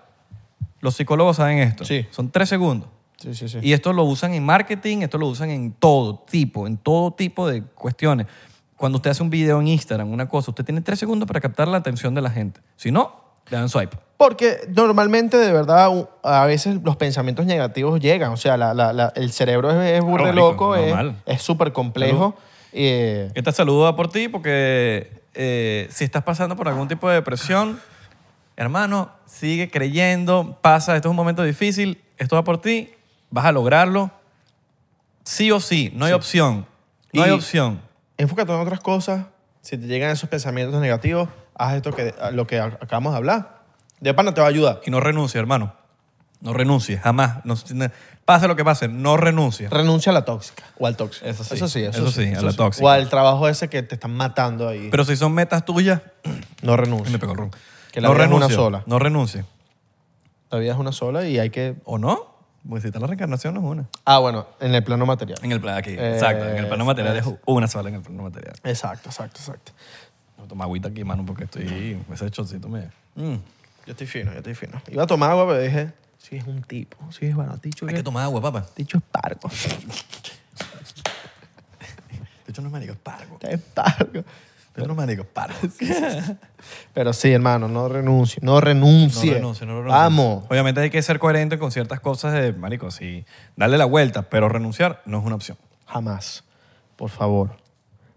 Los psicólogos saben esto. Sí. Son tres segundos. Sí, sí, sí. Y esto lo usan en marketing, esto lo usan en todo tipo, en todo tipo de cuestiones. Cuando usted hace un video en Instagram, una cosa, usted tiene tres segundos para captar la atención de la gente. Si no, le dan swipe. Porque normalmente, de verdad, u- a veces los pensamientos negativos llegan. O sea, la- la- la- el cerebro es, es burda Claro, marico, loco, es- normal. es súper complejo. Eh, Esta saluda Este por ti porque eh, si estás pasando por algún tipo de depresión, hermano, sigue creyendo, pasa, esto es un momento difícil, esto va por ti, vas a lograrlo, sí o sí, no hay opción, no hay Y- opción. enfócate en otras cosas. Si te llegan esos pensamientos negativos, haz esto que, lo que ac- acabamos de hablar. De pana te va a ayudar. Y no renuncie, hermano, no renuncie, jamás, No- no- pase lo que pase, no renuncie. Renuncia a la tóxica o al tóxico. Eso sí, Eso sí, eso, eso sí, a la tóxica. O al trabajo ese que te están matando ahí. Pero si son metas tuyas, no Ay, renuncia. me pegó el ron. Que la no vida es una renuncie, sola. no renuncie, La vida es una sola y hay que... o no, pues si está la reencarnación no es una. Ah, bueno, en el plano material. En el plano aquí, Eh, exacto. En el plano material es eso. una sola en el plano material. Exacto, exacto, exacto. Voy a tomar agüita aquí, mano, porque estoy... Ese chocito me... Mm. Yo estoy fino, yo estoy fino. Iba a tomar agua, pero dije, si es un tipo, si es baraticho. Hay que tomar agua, papá. Dicho es pargo. De hecho, no es marico, es pargo. Es pargo. De hecho, no es marico, es pargo. Pero sí, hermano, no renuncie, no renuncie. No renuncie, no renuncie. Vamos. Obviamente hay que ser coherente con ciertas cosas de, marico, sí, darle la vuelta, pero renunciar no es una opción. Jamás. Por favor.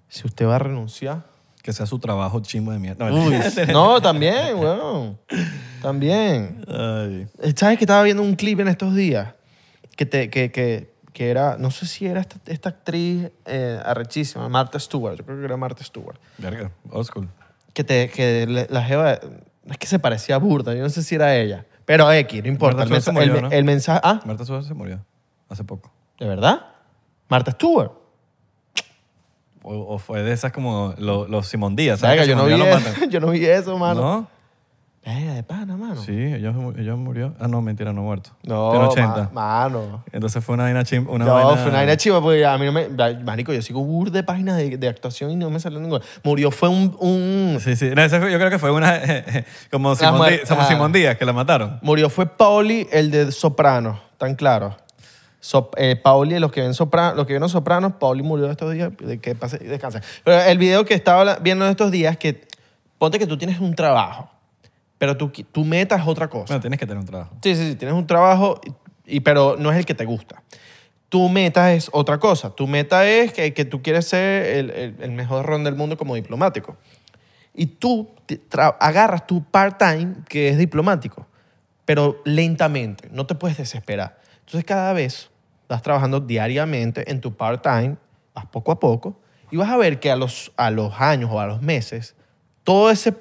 Si usted va a renunciar. Que sea su trabajo chimbo de mierda. No, Uy, mentira. no, también, weón. También. Ay. Eh, ¿Sabes que estaba viendo un clip en estos días? Que, te, que, que, que era, no sé si era esta, esta actriz eh, arrechísima, Martha Stewart, yo creo que era Martha Stewart, Verga, old school. que, te, que le- la jeva, es que se parecía a Burda, yo no sé si era ella, pero X, no importa, Martha el, Stewart se mensa- murió, el- ¿no? el mensaje, ah, Marta Suárez se murió hace poco. ¿de verdad? Martha Stewart. O, o fue de esas como lo- los Simón Díaz. ¿sabes? Verga, Que yo no, vi Simón Díaz lo eso, yo no vi eso, mano. matan. ¿No? Verga, de pana, mano. Sí, ella, mu- ella murió. Ah, no, mentira, no ha muerto. No, Tiene ma- 80. mano. Entonces fue una vaina chim- Una no, vaina- fue una vaina chiva porque a mí no me... Marico, yo sigo burda de páginas de, de actuación y no me salió ninguna. Murió fue un... un Sí, sí. No, esa fue- yo creo que fue una. como Simón, muer- Dí- como ah. Simón Díaz, que la mataron. Murió fue Paoli, el de Soprano, tan claro. So- eh, Paoli, los que ven Soprano, los que vieron Sopranos, Paoli murió estos días, de que pase, descansa. Pero el video que estaba la- viendo estos días, que ponte que tú tienes un trabajo, pero tu, qui- tu meta es otra cosa. Bueno, tienes que tener un trabajo. Sí, sí, sí, tienes un trabajo, y, y- pero no es el que te gusta. Tu meta es otra cosa. Tu meta es que, que tú quieres ser el, el- el mejor ron del mundo como diplomático. Y tú te tra- agarras tu part-time, que es diplomático, pero lentamente, no te puedes desesperar. Entonces cada vez vas trabajando diariamente en tu part-time, vas poco a poco, y vas a ver que a los, a los años o a los meses, todo ese,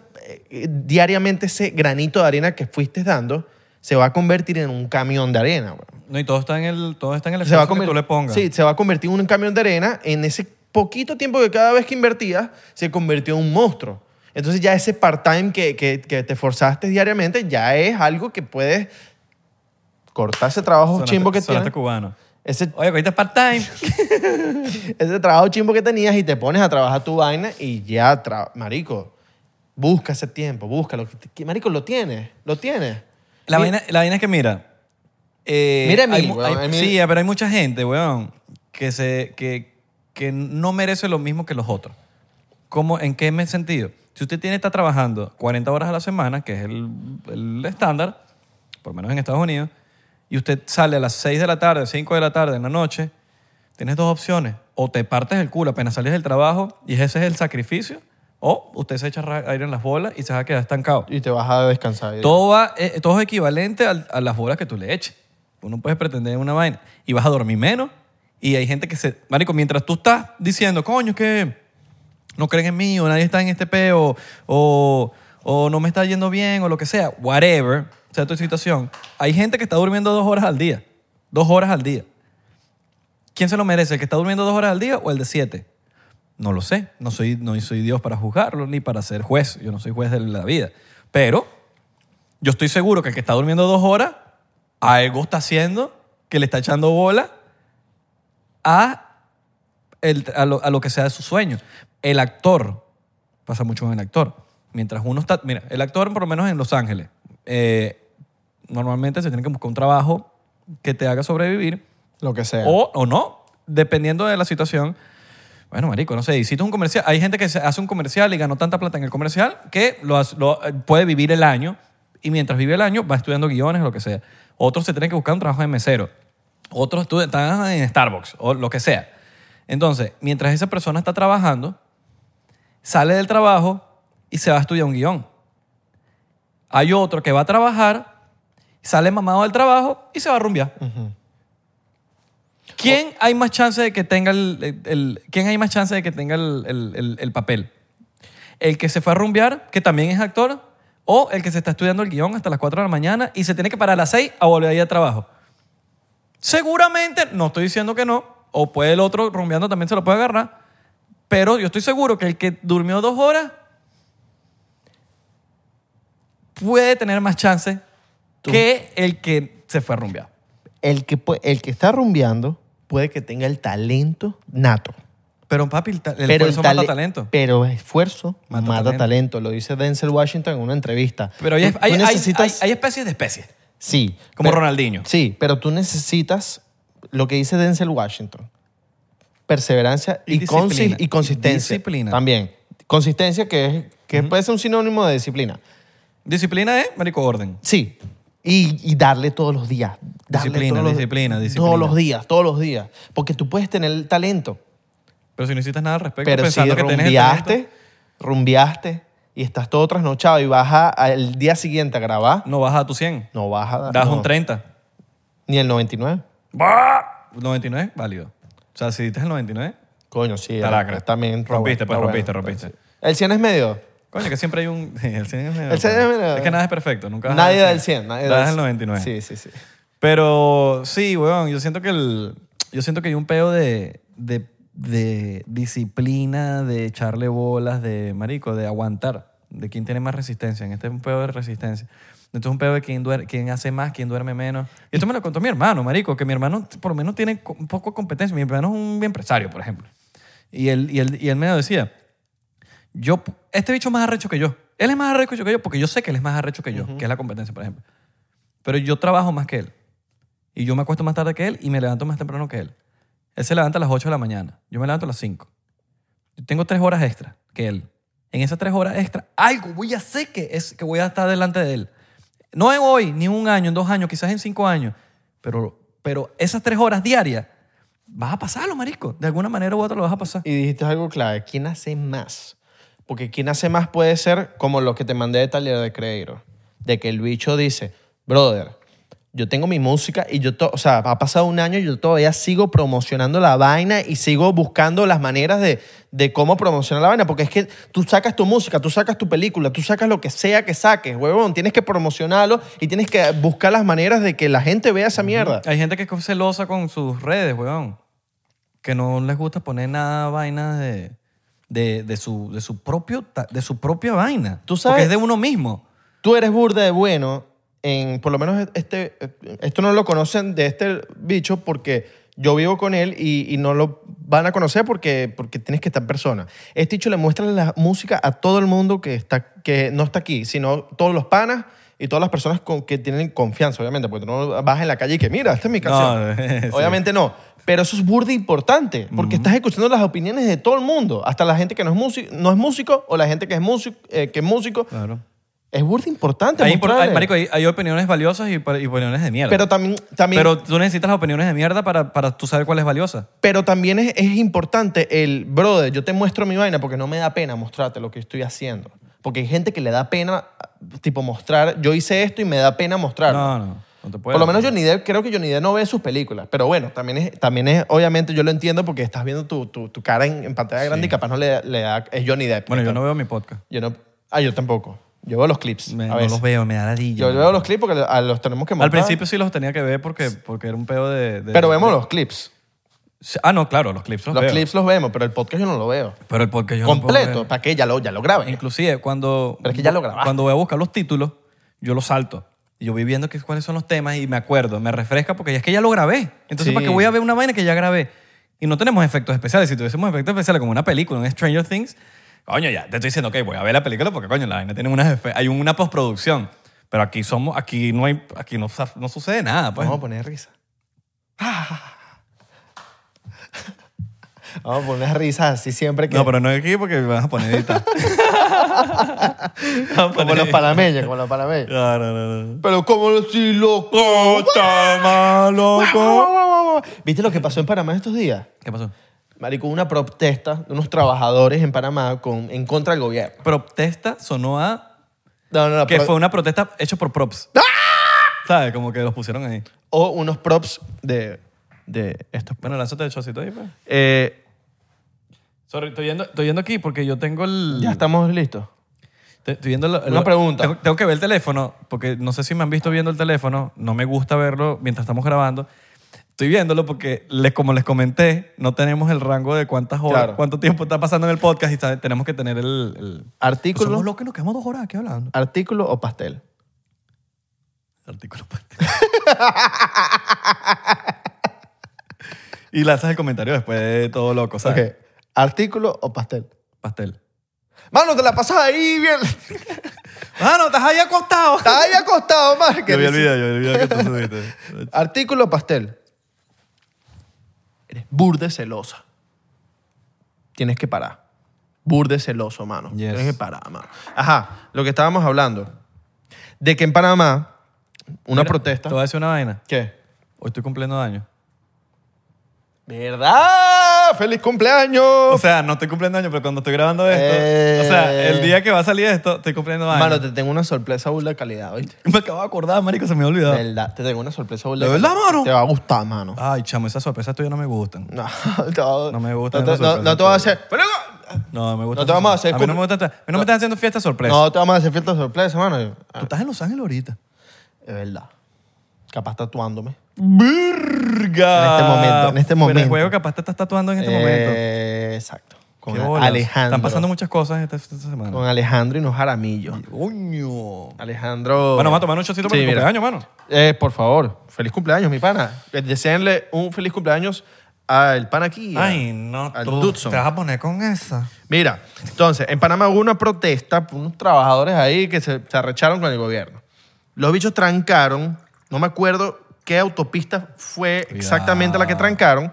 eh, diariamente ese granito de arena que fuiste dando, se va a convertir en un camión de arena. weón No, y todo está en el, todo está en el se va a esfuerzo que convertir, tú le pongas. Sí, se va a convertir en un camión de arena. En ese poquito tiempo que cada vez que invertías, se convirtió en un monstruo. Entonces ya ese part-time que, que- que te forzaste diariamente ya es algo que puedes cortar ese trabajo Sonaste- chimbo que sonaste tienes. cubano. Ese, Oye, ahorita es part-time. ese trabajo chimbo que tenías y te pones a trabajar tu vaina y ya, tra- marico, busca ese tiempo, búscalo. Marico, lo tienes, lo tienes. La Mi- vaina, la vaina es que mira. eh, Mira a hay Emil, mu- weón, hay- Emil. Sí, pero hay mucha gente, weón, que, se, que, que no merece lo mismo que los otros. ¿Cómo, ¿En qué me- sentido? Si usted tiene, está trabajando 40 horas a la semana, que es el, el estándar, por lo menos en Estados Unidos, y usted sale a las 6 de la tarde, 5 de la tarde, en la noche, tienes dos opciones. O te partes el culo apenas sales del trabajo y ese es el sacrificio, o usted se echa ra- aire en las bolas y se va a quedar estancado. Y te vas a descansar. Todo, va, eh, todo es equivalente al- a, las bolas que tú le eches. Tú no puedes pretender una vaina. Y vas a dormir menos. Y hay gente que se... Marico, mientras tú estás diciendo, coño, es que no creen en mí o nadie está en este peo o, o no me está yendo bien, o lo que sea, whatever, sea tu situación, hay gente que está durmiendo dos horas al día. Dos horas al día. ¿Quién se lo merece? ¿El que está durmiendo dos horas al día o el de siete? No lo sé. No soy, no soy Dios para juzgarlo ni para ser juez. Yo no soy juez de la vida. Pero yo estoy seguro que el que está durmiendo dos horas, algo está haciendo que le está echando bola a, el- a, lo, a lo que sea de su sueño. El actor, pasa mucho con el actor. Mientras uno está, mira, el actor por lo menos en Los Ángeles, eh, normalmente se tiene que buscar un trabajo que te haga sobrevivir Lo que sea. o, o no, dependiendo de la situación. Bueno, marico, no sé, hiciste un comercial. Hay gente que se hace un comercial y ganó tanta plata en el comercial que lo, hace- lo- eh, puede vivir el año y mientras vive el año va estudiando guiones o lo que sea. Otros se tienen que buscar un trabajo de mesero. Otros estudian- están en Starbucks o lo que sea. Entonces, mientras esa persona está trabajando, sale del trabajo y se va a estudiar un guión. Hay otro que va a trabajar, sale mamado del trabajo y se va a rumbear. ¿Quién hay más chance de que tenga el, el- el- ¿quién hay más chance de que tenga el, el- el- el papel? ¿El que se fue a rumbear, que también es actor, o el que se está estudiando el guión hasta las 4 de la mañana y se tiene que parar a las 6 a volver a ir a trabajo? Seguramente, no estoy diciendo que no, o puede el otro rumbeando también se lo puede agarrar, pero yo estoy seguro que el que durmió dos horas puede tener más chance que el que se fue a rumbear. El, que, pu- el que está rumbeando puede que tenga el talento nato. Pero papi, el, ta- el pero esfuerzo tale- mata talento. Pero esfuerzo Mata mata, talento. talento. Lo dice Denzel Washington en una entrevista. Pero hay, Tú- hay- tú hay- necesitas- hay- hay especies de especies. Sí. Como pero- Ronaldinho. Sí, pero tú necesitas lo que dice Denzel Washington. Perseverancia Y y, consi- disciplina. y consistencia. Disciplina. También. Consistencia que, es, que puede ser un sinónimo de disciplina. Disciplina es, marico, orden. Sí. Y, y darle todos los días. Darle Disciplina, todos los- disciplina, disciplina. Todos los días, todos los días. Porque tú puedes tener el talento, Pero si no hiciste nada al respecto, pero si pensando que tenés el rumbiaste, talento, rumbiaste y estás todo trasnochado y vas a- al día siguiente a grabar, no vas a tu 100. no vas a das no, un 30. Ni el 99. ¡Bah! 99, válido. O sea, si diste el 99, Coño, sí. Taracra. También está Rompiste, bueno, pues, está rompiste, bueno. El 100 es medio. coño, que siempre hay un... El 100 es medio- El 100 es medio- Es que nada es perfecto. Nunca vas a Nadie dar da el el 100. Nadie da Das el el 100. 99. Sí, sí, sí. Pero sí, weón, yo siento que el, yo siento que hay un peo de, de, de disciplina, de echarle bolas, de marico, de aguantar, de quién tiene más resistencia. En este es un peo de resistencia. Entonces es un peo de quién, duer- quién hace más, quién duerme menos. Y esto me lo contó mi hermano, marico, que mi hermano por lo menos tiene co- un poco de competencia. Mi hermano es un empresario, por ejemplo. Y él, y él, y él me lo decía, yo, este bicho es más arrecho que yo. Él es más arrecho que yo porque yo sé que él es más arrecho que yo, que es la competencia, por ejemplo. Pero yo trabajo más que él. Y yo me acuesto más tarde que él y me levanto más temprano que él. Él se levanta a las 8 de la mañana. Yo me levanto a las 5. Yo tengo tres horas extra que él. En esas tres horas extra, algo voy a hacer que, es, que voy a estar delante de él. No en hoy, ni en un año, en dos años, quizás en cinco años. Pero, pero esas tres horas diarias, vas a pasarlo, marisco. De alguna manera u otra lo vas a pasar. Y dijiste algo clave. ¿Quién hace más? Porque quién hace más puede ser como lo que te mandé de Taller de Creiro. De que el bicho dice, brother, yo tengo mi música y yo, to- o sea, ha pasado un año y yo todavía sigo promocionando la vaina y sigo buscando las maneras de, de cómo promocionar la vaina. Porque es que tú sacas tu música, tú sacas tu película, tú sacas lo que sea que saques, huevón. Tienes que promocionarlo y tienes que buscar las maneras de que la gente vea esa mierda. Hay gente que es celosa con sus redes, weón. Que no les gusta poner nada vaina de, de, de su, de, su, propio, ta- de su propia vaina. Tú sabes- Porque es de uno mismo. Tú eres burda de bueno en, por lo menos este, esto no lo conocen de este bicho porque yo vivo con él y, y no lo van a conocer porque, porque tienes que estar en persona. Este bicho le muestra la música a todo el mundo que, está, que no está aquí, sino todos los panas y todas las personas con, que tienen confianza, obviamente, porque tú no vas en la calle y que, mira, esta es mi canción. sí. Obviamente no. Pero eso es burda importante, porque estás escuchando las opiniones de todo el mundo, hasta la gente que no es músico, no es músico o la gente que es músico, eh, que es músico, Claro. es burda importante. Hay, impor- mostrarle. hay- marico, hay- hay opiniones valiosas y, pa- y opiniones de mierda. pero también, también, Pero pero, tú necesitas las opiniones de mierda para, para tú saber cuál es valiosa. también es, es importante el, brother, yo te muestro mi vaina porque no me da pena mostrarte lo que estoy haciendo. Porque hay gente que le da pena, tipo, mostrar, yo hice esto y me da pena mostrarlo. No, no. No te puedo. Por lo menos Johnny Depp, creo que Johnny Depp no ve sus películas. Pero bueno, también es, también es obviamente, yo lo entiendo porque estás viendo tu, tu, tu cara en, en pantalla grande y capaz no le, le da, es Johnny Depp. Bueno, yo no veo mi podcast. Yo no, ah, yo tampoco. Yo veo los clips. Me- a no veces. los veo, me da ladilla. Yo veo los clips porque a los tenemos que montar. Al principio sí los tenía que ver porque, porque era un pedo de... de- Pero de- vemos los clips. Ah, no, claro, los clips los, Los, veo. clips los vemos, pero el podcast yo no lo veo. Pero el podcast yo no puedo Completo. ver. ¿Para qué? Ya lo, ya lo grabé. Inclusive cuando... Pero es que ya lo grabaste. Cuando voy a buscar los títulos, yo los salto. Y yo voy viendo que- cuáles son los temas y me acuerdo, me refresca porque es que ya lo grabé. Entonces, Sí. ¿para qué voy a ver una vaina que ya grabé? Y no tenemos efectos especiales. Si tuviésemos efectos especiales como una película, un Stranger Things, coño, ya te estoy diciendo, ok, voy a ver la película porque, coño, la vaina tiene unas efe- hay una postproducción. Pero aquí somos, aquí no hay, aquí no, sa- no sucede nada, pues. Vamos a poner risa. Vamos a poner risas así siempre que... No, pero no aquí porque me vas a poner editar. Vas a como poner- los panameños, como los panameños. Ah, No, no, no, no. Pero como si loco. Toma, ah, loco. ¿Viste lo que pasó en Panamá estos días? ¿Qué pasó? Marico, hubo una protesta de unos trabajadores en Panamá con, en contra del gobierno. Protesta sonó a... No, no, no. Que pro- fue una protesta hecha por props. ¡Ah! ¿Sabes? Como que los pusieron ahí. O unos props de, de estos. Bueno, lánzate el chocito ahí, pues. Eh, Sorry, estoy yendo, estoy yendo aquí porque yo tengo el... ya estamos listos. Te- Estoy viendo lo- Una lo- pregunta. Tengo, tengo que ver el teléfono, porque no sé si me han visto viendo el teléfono. No me gusta verlo mientras estamos grabando. Estoy viéndolo porque, le- como les comenté, no tenemos el rango de cuántas horas, Claro. cuánto tiempo está pasando en el podcast y está- tenemos que tener el... el- Artículo. Somos locos y nos quedamos dos horas aquí hablando. ¿Artículo o pastel? Artículo parte. y lanzas el comentario después de todo loco, ¿sabes? Ok. ¿Artículo o pastel? Pastel. Mano, te la pasas ahí bien. ¡Ah, no! ¡Estás ahí acostado! Estás ahí acostado, más que Yo vi el dices- video, yo vi el video que tú subiste. Artículo o pastel. Eres burde celosa. Tienes que parar. Burde celoso, mano. Yes. Tienes que parar, mano. Ajá, lo que estábamos hablando. De que en Panamá, una Mira, protesta. Te voy a decir una vaina. ¿Qué? Hoy estoy cumpliendo años. ¿Verdad? ¡Feliz cumpleaños! O sea, no estoy cumpliendo años, pero cuando estoy grabando esto. Eh. O sea, el día que va a salir esto, estoy cumpliendo años. mano, te tengo una sorpresa burda de calidad, ¿oíste? Me acabo de acordar, marico, se me había olvidado. Verdad, te tengo una sorpresa burda Ah. ¿De calidad. verdad, mano? Te va a gustar, mano. Ay, chamo, esas sorpresas tuyas no me gustan. No, te va a- No me gusta No te, esa no- sorpresa no te va a hacer... No, me gusta. No te vamos a hacer A mí no cum- me gusta. A mí no, me están haciendo fiesta sorpresa. No te vamos a hacer fiesta sorpresa, mano. Tú estás en Los Ángeles ahorita. Es verdad. Capaz tatuándome. ¡Verga! En este momento, en Fuera de este momento. juego, capaz te estás tatuando en este momento. Eh, Exacto. Con Qué a- bolas. Alejandro. Están pasando muchas cosas esta, esta semana. Con Alejandro y no Jaramillo. Coño. Alejandro. Bueno, vamos a tomar un chocito para Sí, el mira. cumpleaños, mano. Eh, por favor, feliz cumpleaños, mi pana. Deseenle un feliz cumpleaños al pana aquí. a- Ay, no, al tú Dudson. te vas a poner con esa. Mira, entonces, en Panamá hubo una protesta por unos trabajadores ahí que se, se arrecharon con el gobierno. Los bichos trancaron, no me acuerdo qué autopista fue exactamente la que Cuidado. trancaron,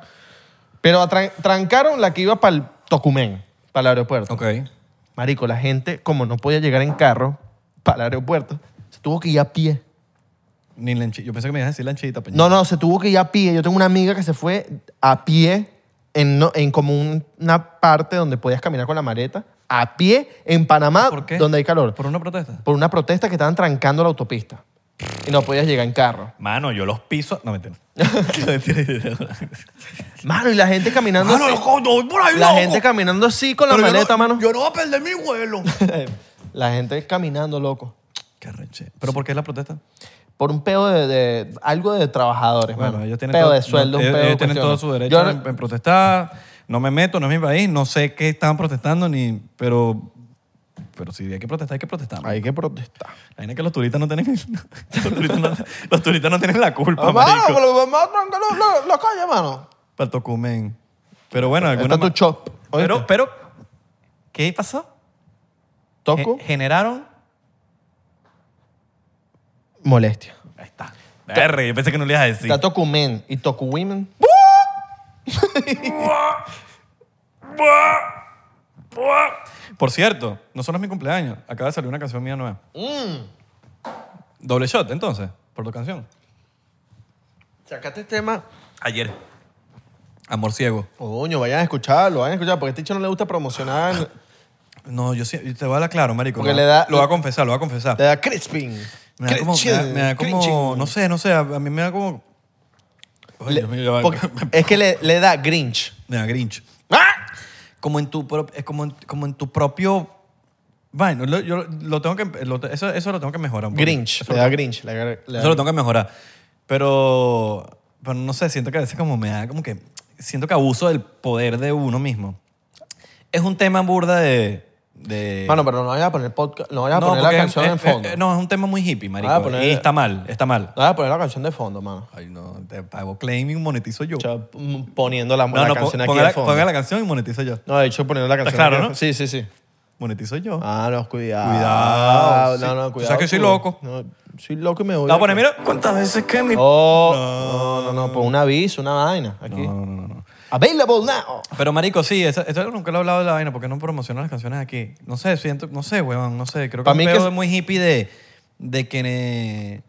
pero atran- trancaron la que iba para el Tocumen, para el aeropuerto. Ok. Marico, la gente, como no podía llegar en carro para el aeropuerto, se tuvo que ir a pie. Ni lanchi- Yo pensé que me ibas a decir lanchita, peña. No, no, se tuvo que ir a pie. Yo tengo una amiga que se fue a pie en, no- en como un- una parte donde podías caminar con la maleta, a pie en Panamá, ¿Por qué? ah, donde hay calor, ¿Por una protesta? por una protesta que estaban trancando la autopista y no podías llegar en carro. Mano, yo los piso. No, mentira. No, mentira. Mano, y la gente caminando Mano, así, loco, yo voy por ahí, la loco. gente caminando así con la Pero yo maleta, no- mano. Yo no voy a perder mi vuelo. la gente caminando, loco. Qué arreche. ¿Pero por qué es la protesta? Por un pedo de, de- algo de trabajadores, Bueno, mano. ellos tienen, Pedo todo, de sueldo, no, un ellos- pedo de ellos tienen todo cuestiones. su derecho Yo- en, en protestar. No me meto, no es mi país. No sé qué estaban protestando, ni, pero, pero si hay que protestar, hay que protestar. man. Hay que protestar. La vaina es que los turistas no tienen, los, turistas no, los turistas no tienen la culpa, Ah, Mano, marico. pero vamos a trancar la- la- la calle, mano. Para el Tocumen. Pero bueno, Está alguna tu ma- chop. Pero, pero, ¿qué pasó? toco Ge- generaron... molestia. Ahí está. Verre, yo pensé que no le ibas a decir. Está toco men y toco women. Por cierto, no solo es mi cumpleaños. Acaba de salir una canción mía nueva. Mm. Doble shot, entonces, por tu canción. Sacaste el este tema. Oh, Ayer. Amor ciego. Coño, vayan a escucharlo, vayan a escuchar, porque a este chico no le gusta promocionar. No, yo sí- te voy a dar claro, marico. Porque Lo- le da- Lo voy a confesar, lo voy a confesar. le da crisping. Me da como... Me da, me da como Crinching. no sé, no sé. A, a mí me da como... Ay, Le- Dios mío, ya va. porque es que le, le da grinch. me da grinch. ¡Ah! Como en tu, pro- es como en, como en tu propio Bueno, lo, yo lo tengo que, lo- eso, eso lo tengo que mejorar. un poco. Grinch, Eso, le da Grinch. le da- le da- eso lo tengo que mejorar. Pero, pero no sé, siento que a veces como me da como que, siento que abuso del poder de uno mismo. Es un tema burda de... de Mano, pero no vayas a poner, podcast, no vayas a No, Ah, poner la porque es- canción es- en fondo. es- no, es un tema muy hippie, marico. Ah, poner- Y está mal, está mal. No vayas a poner la canción de fondo, mano. Ay, no, te pago claiming, monetizo yo. O sea, mm, poniendo la, no, la no, canción po- aquí ponga de la, fondo. ponga la canción y monetizo yo. No, de hecho, poniendo la canción. claro, aquí de ¿no? fondo. Sí, sí, sí. Monetizo yo. Ah, no, cuidado. Cuidado, sí. No, no, Tú cuidado. sabes que soy cuidado. loco. No, soy loco y me voy. La voy a poner, mira. ¿Cuántas veces que mi... Oh, no, no, no, pon un aviso, una vaina. Aquí. No, no, no, no. Available now. Pero, marico, sí, eso, eso nunca lo he hablado de la vaina porque no promocionan las canciones aquí. No sé, siento, no sé, weón, no sé. Creo que Pa' un mí peo que es- es muy hippie de, de que... eh,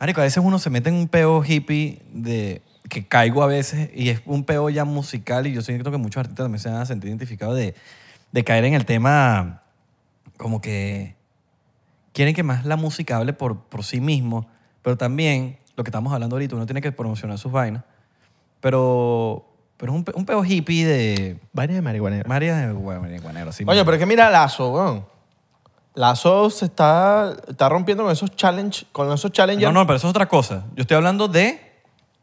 Marico, a veces uno se mete en un peo hippie de que caigo a veces y es un peo ya musical y yo siento que muchos artistas también se han sentido identificados de, de caer en el tema como que quieren que más la música hable por, por sí mismo, pero también lo que estamos hablando ahorita, uno tiene que promocionar sus vainas, pero, pero es un, pe- un peo hippie de... Vaina de marihuanero. María de Gua- María de Guanero, sí. Oye, María. pero es que mira Lazo, weón. Lazo se está, está rompiendo con esos challenge, con esos challengers. No, no, pero eso es otra cosa. Yo estoy hablando de,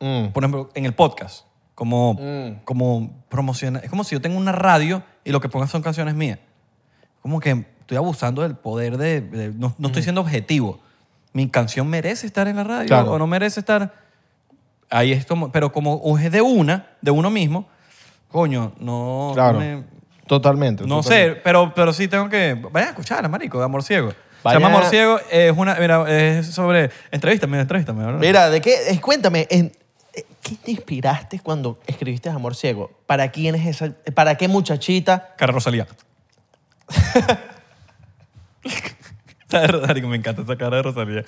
Mm. por ejemplo, en el podcast, como, Mm. como promocionar... Es como si yo tengo una radio y lo que pongan son canciones mías. Como que estoy abusando del poder de... de- no, no Mm. estoy siendo objetivo. Mi canción merece estar en la radio Claro. o no merece estar... Ahí es como... Pero como es de una, de uno mismo, coño, no... no Claro. me- Totalmente. No totalmente. sé, pero, pero sí tengo que. Vayan a escuchar, marico, Amor Ciego. Vayan- Se llama Amor Ciego, es una. Mira, es sobre. Entrevístame, entrevístame, ¿verdad? Mira, ¿de qué? eh, Cuéntame, en- eh, ¿qué te inspiraste cuando escribiste Amor Ciego? ¿Para quién es esa? eh, ¿Para qué muchachita? Cara Rosalía. marico, me encanta esa cara de Rosalía.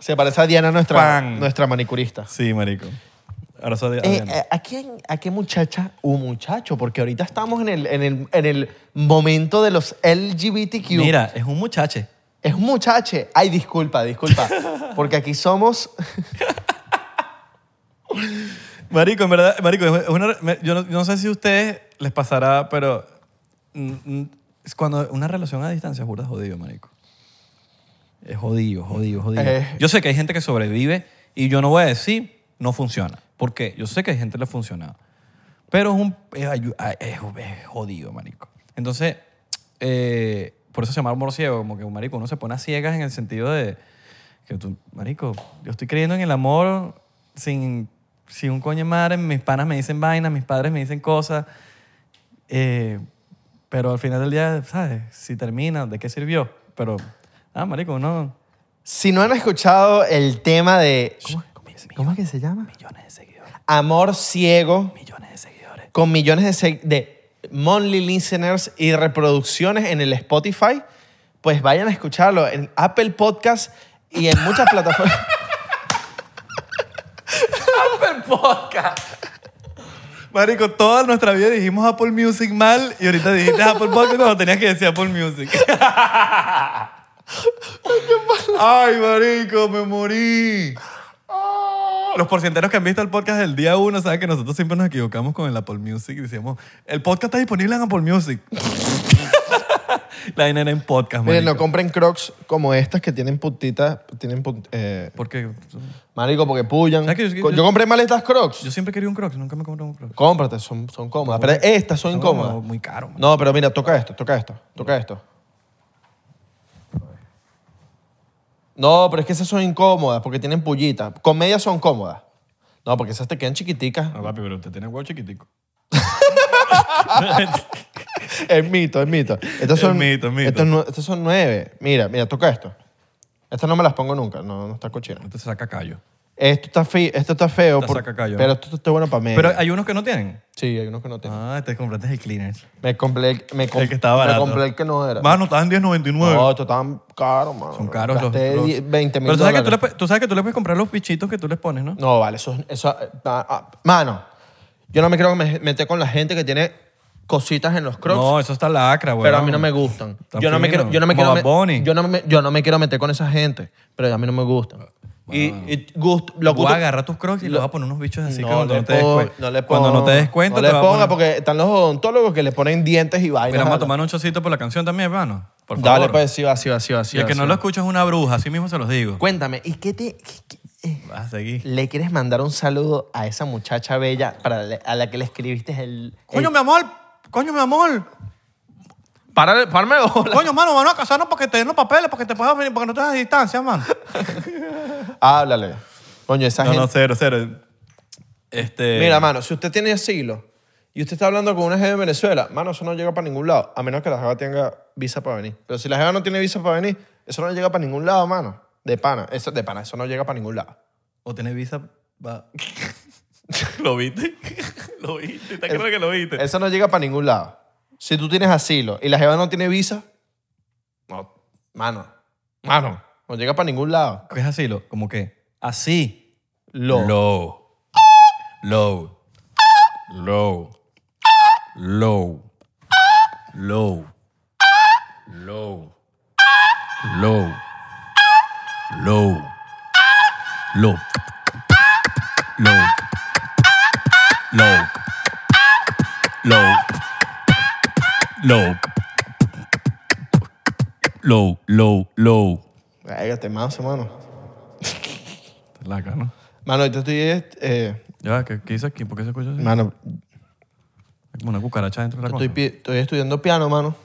Se parece a Diana, nuestra, Pan. nuestra manicurista. Sí, marico. Ahora soy Eh, Adriana. eh, ¿a, quién, ¿A qué muchacha o muchacho? Porque ahorita estamos en el, en el, en el momento de los LGBTQ. Mira, es un muchacho. Es un muchache. Ay, disculpa, disculpa. Porque aquí somos... Marico, en verdad, marico, es una- me- yo, no, yo no sé si a ustedes les pasará, pero mm, mm, es cuando una relación a distancia es burda jodido, marico. Es jodido, jodido, jodido. Eh. Yo sé que hay gente que sobrevive y yo no voy a decir no funciona, porque yo sé que hay gente que le ha funcionado. Pero es un es, ayu- ah, es- es jodido, marico. Entonces, eh, por eso se llama amor ciego, como que marico, uno se pone a ciegas en el sentido de que tú, marico, yo estoy creyendo en el amor sin, sin un coño de madre, mis panas me dicen vainas, mis padres me dicen cosas, eh, pero al final del día, ¿sabes? Si termina, ¿de qué sirvió? Pero, ah, marico, no. Si no han escuchado el tema de... ¿Cómo, cómo es que se llama? Millones de seguidores, Amor Ciego, millones de seguidores. con millones de, seg- de monthly listeners y reproducciones en el Spotify, pues vayan a escucharlo en Apple Podcast y en muchas plataformas. Marico, toda nuestra vida dijimos Apple Music mal y ahorita dijiste Apple Podcast cuando tenías que decir Apple Music. Ay, marico, me morí. Los porcienteros que han visto el podcast del día uno saben que nosotros siempre nos equivocamos con el Apple Music y decíamos, el podcast está disponible en Apple Music. La vaina era en podcast, Miren, no marico. compren crocs como estas que tienen puntitas, tienen punt- eh, Porque marico, porque pullan. ¿Sabes que yo- yo, yo- compré mal estas crocs. yo siempre quería un Crocs, nunca me compré un Crocs. Cómprate, son, son cómodas. Pero estas son incómodas. Muy caro, man. No, pero mira, toca esto, toca esto, toca esto. No, pero es que esas son incómodas porque tienen pullitas. Con medias son cómodas. No, porque esas te quedan chiquiticas. No, papi, pero usted tiene huevo chiquitico. Es mito, es mito. Estas Es son, mito, es mito. Estas, nue- estas son nueve. Mira, mira, toca esto. Estas no me las pongo nunca, no, no está cochina. Entonces saca callo. Esto está, fe- esto está feo, Está sacacayo. pero esto está bueno para mí. Pero hay unos que no tienen. Eh. sí, hay unos que no tengo. Ah, te compraste el cleaners. Me compré el, me comp- El que estaba me barato. compré el que no era. Mano, estaban 10.99. no, esto tan caro, mano. Son caros los, Gasté los- 10, 20 mil Pero tú sabes, que tú, le, dólares. puedes- tú sabes que tú le puedes comprar los bichitos que tú les pones, ¿no? No, vale, eso, eso ah, ah, mano, yo no me creo que me meter con la gente que tiene cositas en los crocs. No, eso está lacra, güey. Pero a mí no me gustan. Tan Yo no me fino. quiero, yo no me Como quiero, Bad Bunny. me- yo no me, yo no me quiero meter con esa gente, pero a mí no me gustan. Y, y gust- los Voy gustos- a agarrar tus crocs y le Lo- vas a poner unos bichos así no, que cuando le no, te des pon- cuenta, no le cuando no te des pon- cuenta te No le vas a ponga poner- porque están los odontólogos que le ponen dientes y vainas. Mira, vamos a a la- tomar un chocito por la canción también, hermano. Por favor. Dale, pues, sí va, sí va, sí va. sí y el va, que sí no va. lo escucha es una bruja, así mismo se los digo. Cuéntame, ¿y qué te...? qué- qué- Vas a seguir. ¿Le quieres mandar un saludo a esa muchacha bella para la- a la que le escribiste el... Coño, mi amor. Coño, mi amor. para ¡Párame de bola! Coño, mano, vamos a casarnos porque te den los papeles, porque te puedas venir, porque no te das distancia, mano. Háblale. Coño, esa No, gente... no, cero, cero. Este. Mira, mano, si usted tiene asilo y usted está hablando con una jefa de Venezuela, mano, eso no llega para ningún lado, a menos que la jefa tenga visa para venir. Pero si la jefa no tiene visa para venir, eso no llega para ningún lado, mano. De pana, eso de pana, eso no llega para ningún lado. O tienes visa. Va. ¿Lo viste? ¿Lo viste? ¿Te acuerdas que lo viste? Eso no llega para ningún lado. Si tú tienes asilo y la jefa no tiene visa, no, mano, mano, no llega para ningún lado. ¿Qué es asilo? ¿Cómo qué? Así. Lo. Low. Low. Low. Low. Low. Low. Low. Low. Low. Low. Low. Low. Low. Low. Low. Low. Venga, te mazo, mano. Laca, ¿no? Mano, yo te estoy, eh, Ya, ¿qué, qué dice aquí? ¿Por qué se escucha así? mano, Hay como una cucaracha dentro de la estoy, cosa. pi- estoy estudiando piano, mano.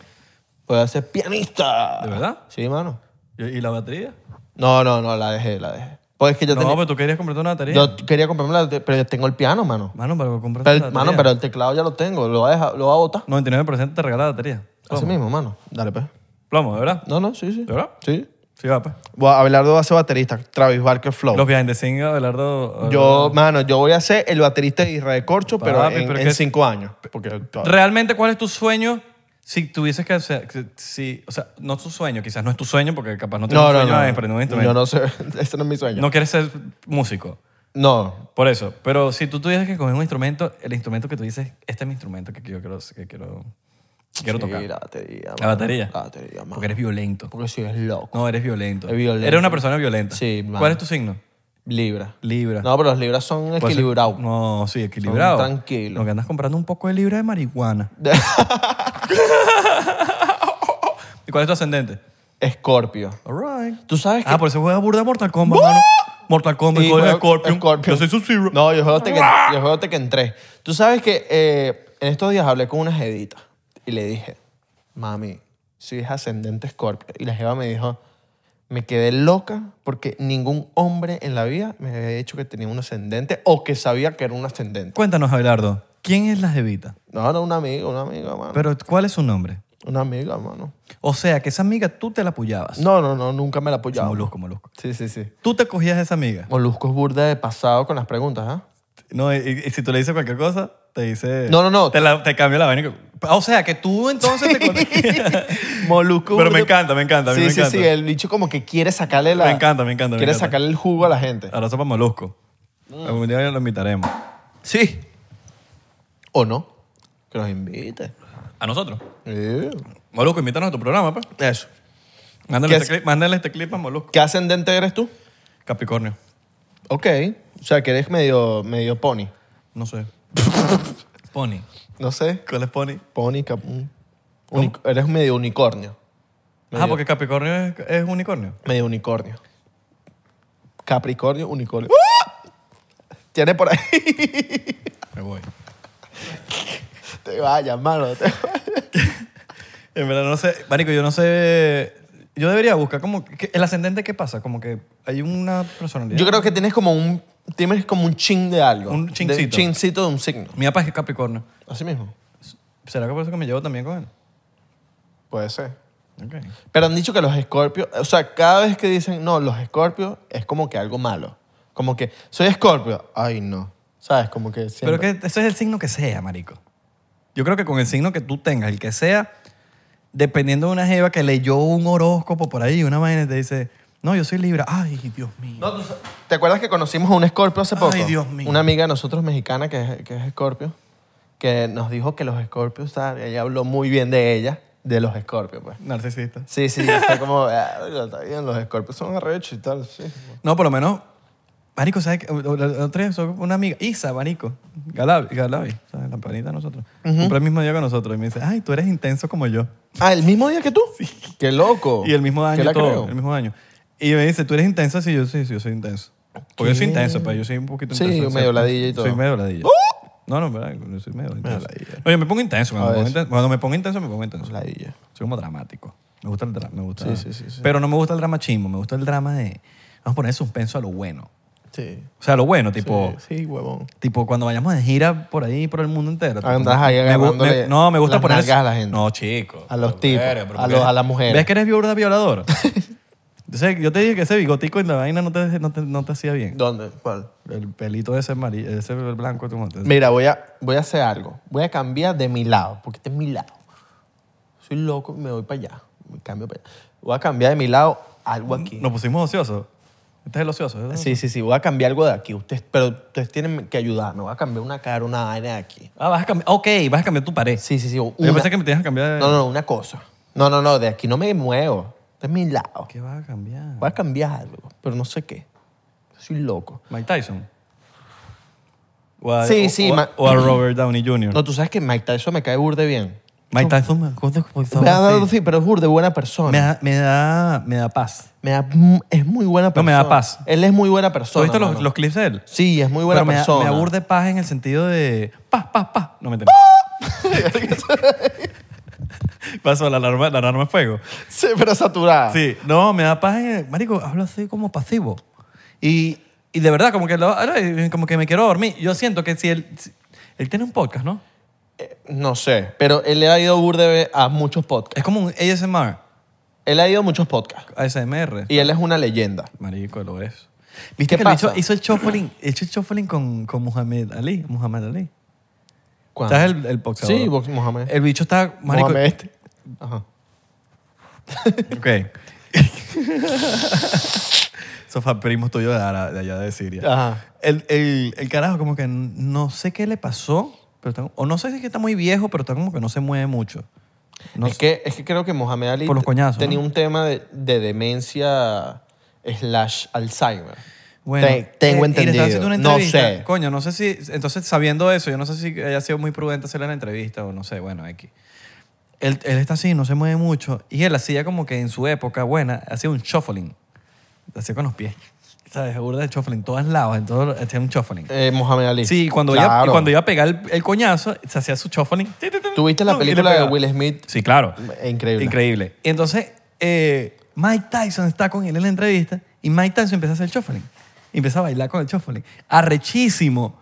Voy a ser pianista. ¿De verdad? Sí, mano. ¿Y, y la batería? No, no, no, la dejé, la dejé. Pues es que yo, No, tenía- pero tú querías comprar una batería. yo quería comprarme la pero yo tengo el piano, mano. Mano, pero compraste Pero, la el- batería. mano, pero el teclado ya lo tengo, lo voy a, dejar- lo voy a botar. 99% te regala la batería. Así Plomo. mismo, mano. Dale, pues. Plomo, ¿de ¿verdad? No, no, sí, sí. ¿De verdad? Sí. Sí, va, pues. Bueno, Abelardo va a ser baterista, Travis Barker Flow. Los behind the scenes, Abelardo. Oh. uh, Yo, mano, yo voy a ser el baterista de Israel Corcho, pero Papi, en, pero en que- cinco años. Porque ¿Realmente cuál es tu sueño? Si tuvieses que hacer. que- Si, o sea, no tu sueño, quizás no es tu sueño, porque capaz no tienes no, un no, sueño de no. aprender un Yo instrumento. no sé, este no es mi sueño. no quieres ser músico. no. Por eso. Pero si tú tuvieses que coger un instrumento, el instrumento que tú dices, este es mi instrumento que yo quiero, que quiero, que quiero Sí, tocar. La batería. La mano. batería. La batería, mano. Porque eres violento. Porque soy es loco. No, eres violento. Es violento. Eres una persona violenta. Sí, mano. ¿Cuál es tu signo? Libra. Libra. No, pero los libras son Puede ser- equilibrados. Pues No, sí, equilibrado. Son tranquilos. Lo que andas comprando un poco de libra de marihuana. ¿Y cuál es tu ascendente? Escorpio. All right. Tú sabes que. Ah, por eso juega burda Mortal Kombat, mano. Mortal Kombat, Sí, yo soy juego- Scorpion. Scorpion. Yo soy ¡Ah! Sub-Zero. No, yo juego Tekken, yo juego Tekken 3. Tú sabes que eh, en estos días hablé con una jevita y le dije, mami, soy ascendente Scorpio. Y la jeva me dijo, me quedé loca porque ningún hombre en la vida me había dicho que tenía un ascendente o que sabía que era un ascendente. Cuéntanos, Abelardo, ¿quién es la jevita? No, no, una amiga, una amiga, mano. Pero, ¿cuál es su nombre? Una amiga, mano. O sea, que esa amiga tú te la apoyabas. No, no, no, nunca me la apoyaba. Molusco, molusco. Sí, sí, sí. Tú te cogías a esa amiga. Moluscos burda de pasado con las preguntas, ¿ah? No, y, y- y si tú le dices cualquier cosa, te dice... No, no, no. Te, la- te cambia la vaina. y que- O sea, que tú entonces te... cogías- Molusco Pero burda me de- encanta, me encanta, a mí Sí, me sí, encanta. sí, el bicho como que quiere sacarle la... Me encanta, me encanta, me Quiere encanta. Ah. sacarle el jugo a la gente. Ahora para Molusco. Algún día lo invitaremos. Sí. ¿O no? Que nos invite. ¿A nosotros? Eh, Molusco, invítanos a tu programa, pues. Eso. Mándale, ¿Qué este clip, mándale este clip a Molusco. ¿Qué ascendente eres tú? Capricornio. Ok. O sea, que eres medio, medio pony. No sé. Pony. No sé. ¿Cuál es Pony? Pony, cap- un- unic- eres medio unicornio. Ah, porque Capricornio es, es unicornio. Medio unicornio. Capricornio, unicornio. ¡Ah! Tiene por ahí. Me voy. te vayas, mano. te vayas. En verdad no sé. Marico, yo no sé... Yo debería buscar como... que- ¿El ascendente qué pasa? Como que hay una personalidad. Yo creo que tienes como un, tienes como un chin de algo. Un chincito. De, un chincito de un signo. Mi papá es Capricornio. Así mismo. ¿Será que por eso que me llevo también con él? Puede ser. Ok. Pero han dicho que los escorpios, o sea, cada vez que dicen, no, los escorpios es como que algo malo. Como que, soy escorpio. Ay, no. ¿Sabes? Como que siempre. Pero que ese es el signo que sea, marico. Yo creo que con el signo que tú tengas, el que sea, dependiendo de una jeva que leyó un horóscopo por ahí, una vaina y te dice, no, yo soy Libra. Ay, Dios mío. No, tú sa- ¿Te acuerdas que conocimos a un escorpio hace Ay, poco? Dios mío. Una amiga de nosotros mexicana que es, que es escorpio, que nos dijo que los escorpios, ¿sabes? ella habló muy bien de ella, de los escorpios, pues. Narcisista. Sí, sí, está como, "Ah, está bien, los escorpios son arrechos y tal, sí. No, por lo menos, marico, ¿sabes? qué? O- o- la- la otra vez, una amiga, Isa, marico, Galavi, Galavi, ¿sabes? La panita de nosotros. Compré el mismo día que nosotros y me dice, ay, tú eres intenso como yo. Ah, ¿el mismo día que tú? Sí. Qué loco. Y el mismo año ¿Qué la y todo, creo? el mismo año. Y me dice, ¿tú eres intensa? Sí, yo sí, sí, yo soy intenso. Porque yo soy ¿Qué? intenso, pero yo soy un poquito Sí, intenso. yo en medio ciertas- ladilla y todo. ¡Uh! Soy medio ladilla. No, no, verdad, yo soy medio intenso. ladilla. No, yo me pongo intenso. Cuando A me pongo veces. intenso, cuando me pongo intenso, me pongo intenso. Ladilla. Soy como dramático. Me gusta el drama. Me gusta, Sí, sí, sí, sí. Pero no me gusta el drama chimbo. Me gusta el drama de... Vamos a poner suspenso a lo bueno. Sí. Eh, O sea, a lo bueno, tipo... Sí, sí, huevón. Tipo, cuando vayamos de gira por ahí, por el mundo entero. tipo, Andas ahí me gu- agarrándole me- No, me gusta las poner... nalgas a la gente. No, chico. A los Pero, tipos, verga, pero a ¿por los- qué? a las mujeres. ¿Ves que eres viuda violador? yo, sé- yo te dije que ese bigotico en la vaina no te, no te, no te hacía bien. ¿Dónde? ¿Cuál? El pelito de ese, mari- ese blanco. tú- Mira, voy a, voy a hacer algo. Voy a cambiar de mi lado, porque este es mi lado. Soy loco, me voy para allá. Me cambio para allá. Voy a cambiar de mi lado algo aquí. Nos pusimos ociosos. Este es el ocioso. ¿verdad? Sí, sí, sí. Voy a cambiar algo de aquí. Ustedes, pero ustedes tienen que ayudarme. Voy a cambiar una cara, una vaina de aquí. Ah, vas a cambiar... Ok, vas a cambiar tu pared. Sí, sí, sí. una- Yo pensé que me tenías que cambiar... de- No, no, una cosa. No, no, no. De aquí no me muevo. Este es mi lado. ¿Qué vas a cambiar? Voy a cambiar algo, pero no sé qué. Soy loco. Mike Tyson. O a, Sí, o- sí, o a- Ma- o a Robert Downey Jr. No, tú sabes que Mike Tyson me cae burde bien. Mike Tyson me acuerdo que estaba Me ha dado, así. sí, pero es burde buena persona. me da, me da, me da paz. Me da- mm, es muy buena No, persona. me da paz. Él es muy buena ¿Tú persona. viste los, mano. los clips de él? Sí, es muy buena Pero me, da- persona. me aburde paz en el sentido de paz, paz, paz. No me entiendo. Pasó la alarma, la alarma de fuego. Sí, pero saturada. Sí, no, me da paz en el- Marico, hablo así como pasivo. Y, y de verdad, como que, lo- ay, como que me quiero dormir. Yo siento que si él... si- él tiene un podcast, ¿no? Eh, no sé, pero él ha ido burde a muchos podcasts. Es como un ASMR, Él ha ido a muchos podcasts. ASMR. Y él es una leyenda. Marico, lo es. ¿Viste ¿Qué que el pasa? bicho hizo el shuffling, hizo el shuffling con, con Muhammad Ali? Muhammad Ali. ¿Cuándo? ¿Sabes el, el boxeador? Sí, box- Mohamed. El bicho está... Marico, Mohamed este. Ajá. Ok. Sofá primo tuyo de, Ara- de allá de Siria. Ajá. El, el- el carajo como que no sé qué le pasó, pero está- o no sé si es que está muy viejo, pero está como que no se mueve mucho. No es, sé. que, es que creo que Mohamed Ali Por los coñazos, tenía ¿no? un tema de, de demencia slash Alzheimer. Bueno, Te- tengo eh, y le estaba entendido. haciendo una no entrevista. sé. Coño, no sé si... Entonces, sabiendo eso, yo no sé si haya sido muy prudente hacerle la entrevista o no sé, bueno, X. Él, él está así, no se mueve mucho. Y él hacía como que en su época buena, hacía un shuffling. Hacía con los pies. ¿Sabes? Burda de shuffling. Todas lados, en todo, hacía un shuffling. Eh, Mohamed Ali. Sí, cuando, Claro. iba, cuando iba a pegar el, el coñazo, se hacía su shuffling. ¿Tú viste la Y le película de pegaba. Will Smith? Sí, claro. Increíble. Increíble. Y entonces, eh, Mike Tyson está con él en la entrevista y Mike Tyson empieza a hacer shuffling. Y empieza a bailar con el shuffling. Arrechísimo.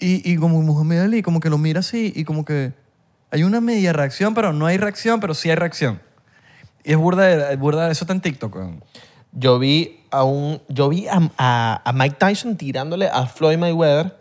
Y, y como Muhammad Ali, como que lo mira así y como que hay una media reacción, pero no hay reacción, pero sí hay reacción. Y es burda, de- es burda de- eso está en TikTok. weón. Yo vi a un, yo vi a, a- a Mike Tyson tirándole a Floyd Mayweather,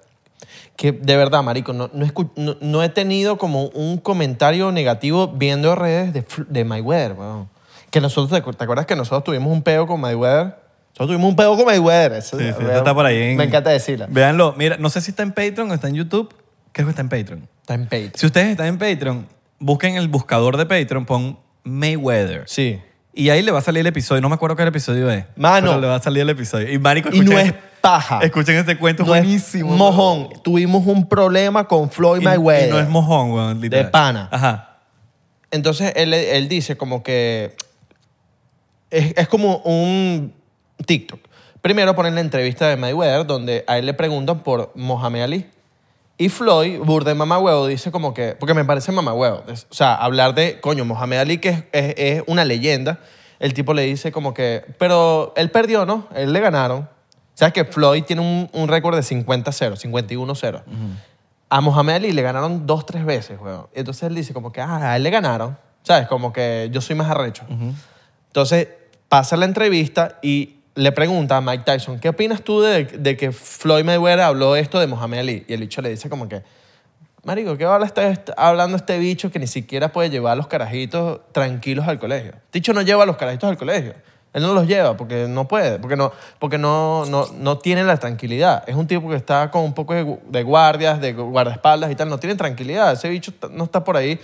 que de verdad, marico, no, no, escu- no- no he tenido como un comentario negativo viendo redes de, Fl- de Mayweather, weón. Que nosotros, ¿te acu- ¿te acuerdas que nosotros tuvimos un peo con Mayweather? Nosotros tuvimos un peo con Mayweather. Eso, Sí, sí, weón, esto está por ahí. en- Me encanta decirla. Véanlo. Mira, no sé si está en Patreon o está en YouTube. Creo que está en Patreon. Está en Patreon. Si ustedes están en Patreon, busquen el buscador de Patreon, pon Mayweather. Sí. Y ahí le va a salir el episodio. No me acuerdo qué episodio es. Mano. Pero le va a salir el episodio. Y marico, Y no escuchen es ese- paja. Escuchen este cuento No es buenísimo. mojón. Tuvimos un problema con Floyd Y, Mayweather. y no es mojón, weón. literal. De pana. Ajá. Entonces él, él dice como que es, es como un TikTok. Primero ponen la entrevista de Mayweather donde a él le preguntan por Mohamed Ali. Y Floyd, burde mamahuevo, dice como que, porque me parece mamahuevo. Es- O sea, hablar de, coño, Mohamed Ali, que es, es- es una leyenda, el tipo le dice como que, pero él perdió, ¿no? Él le ganaron. O sea, que Floyd tiene un, un récord de 50-0, 51-0. A Mohamed Ali le ganaron dos, tres veces, weón. Entonces él dice como que, ah, a él le ganaron. ¿Sabes? Como que yo soy más arrecho. Entonces pasa la entrevista y le pregunta a Mike Tyson, ¿qué opinas tú de, de que Floyd Mayweather habló esto de Mohamed Ali? Y el bicho le dice como que, marico, ¿qué habla está está hablando este bicho que ni siquiera puede llevar a los carajitos tranquilos al colegio? Este bicho no lleva a los carajitos al colegio. Él no los lleva porque no puede, porque no, porque no, no, no tiene la tranquilidad. Es un tipo que está con un poco de, gu- de guardias, de gu- guardaespaldas y tal. No tiene tranquilidad. Ese bicho t- no está por ahí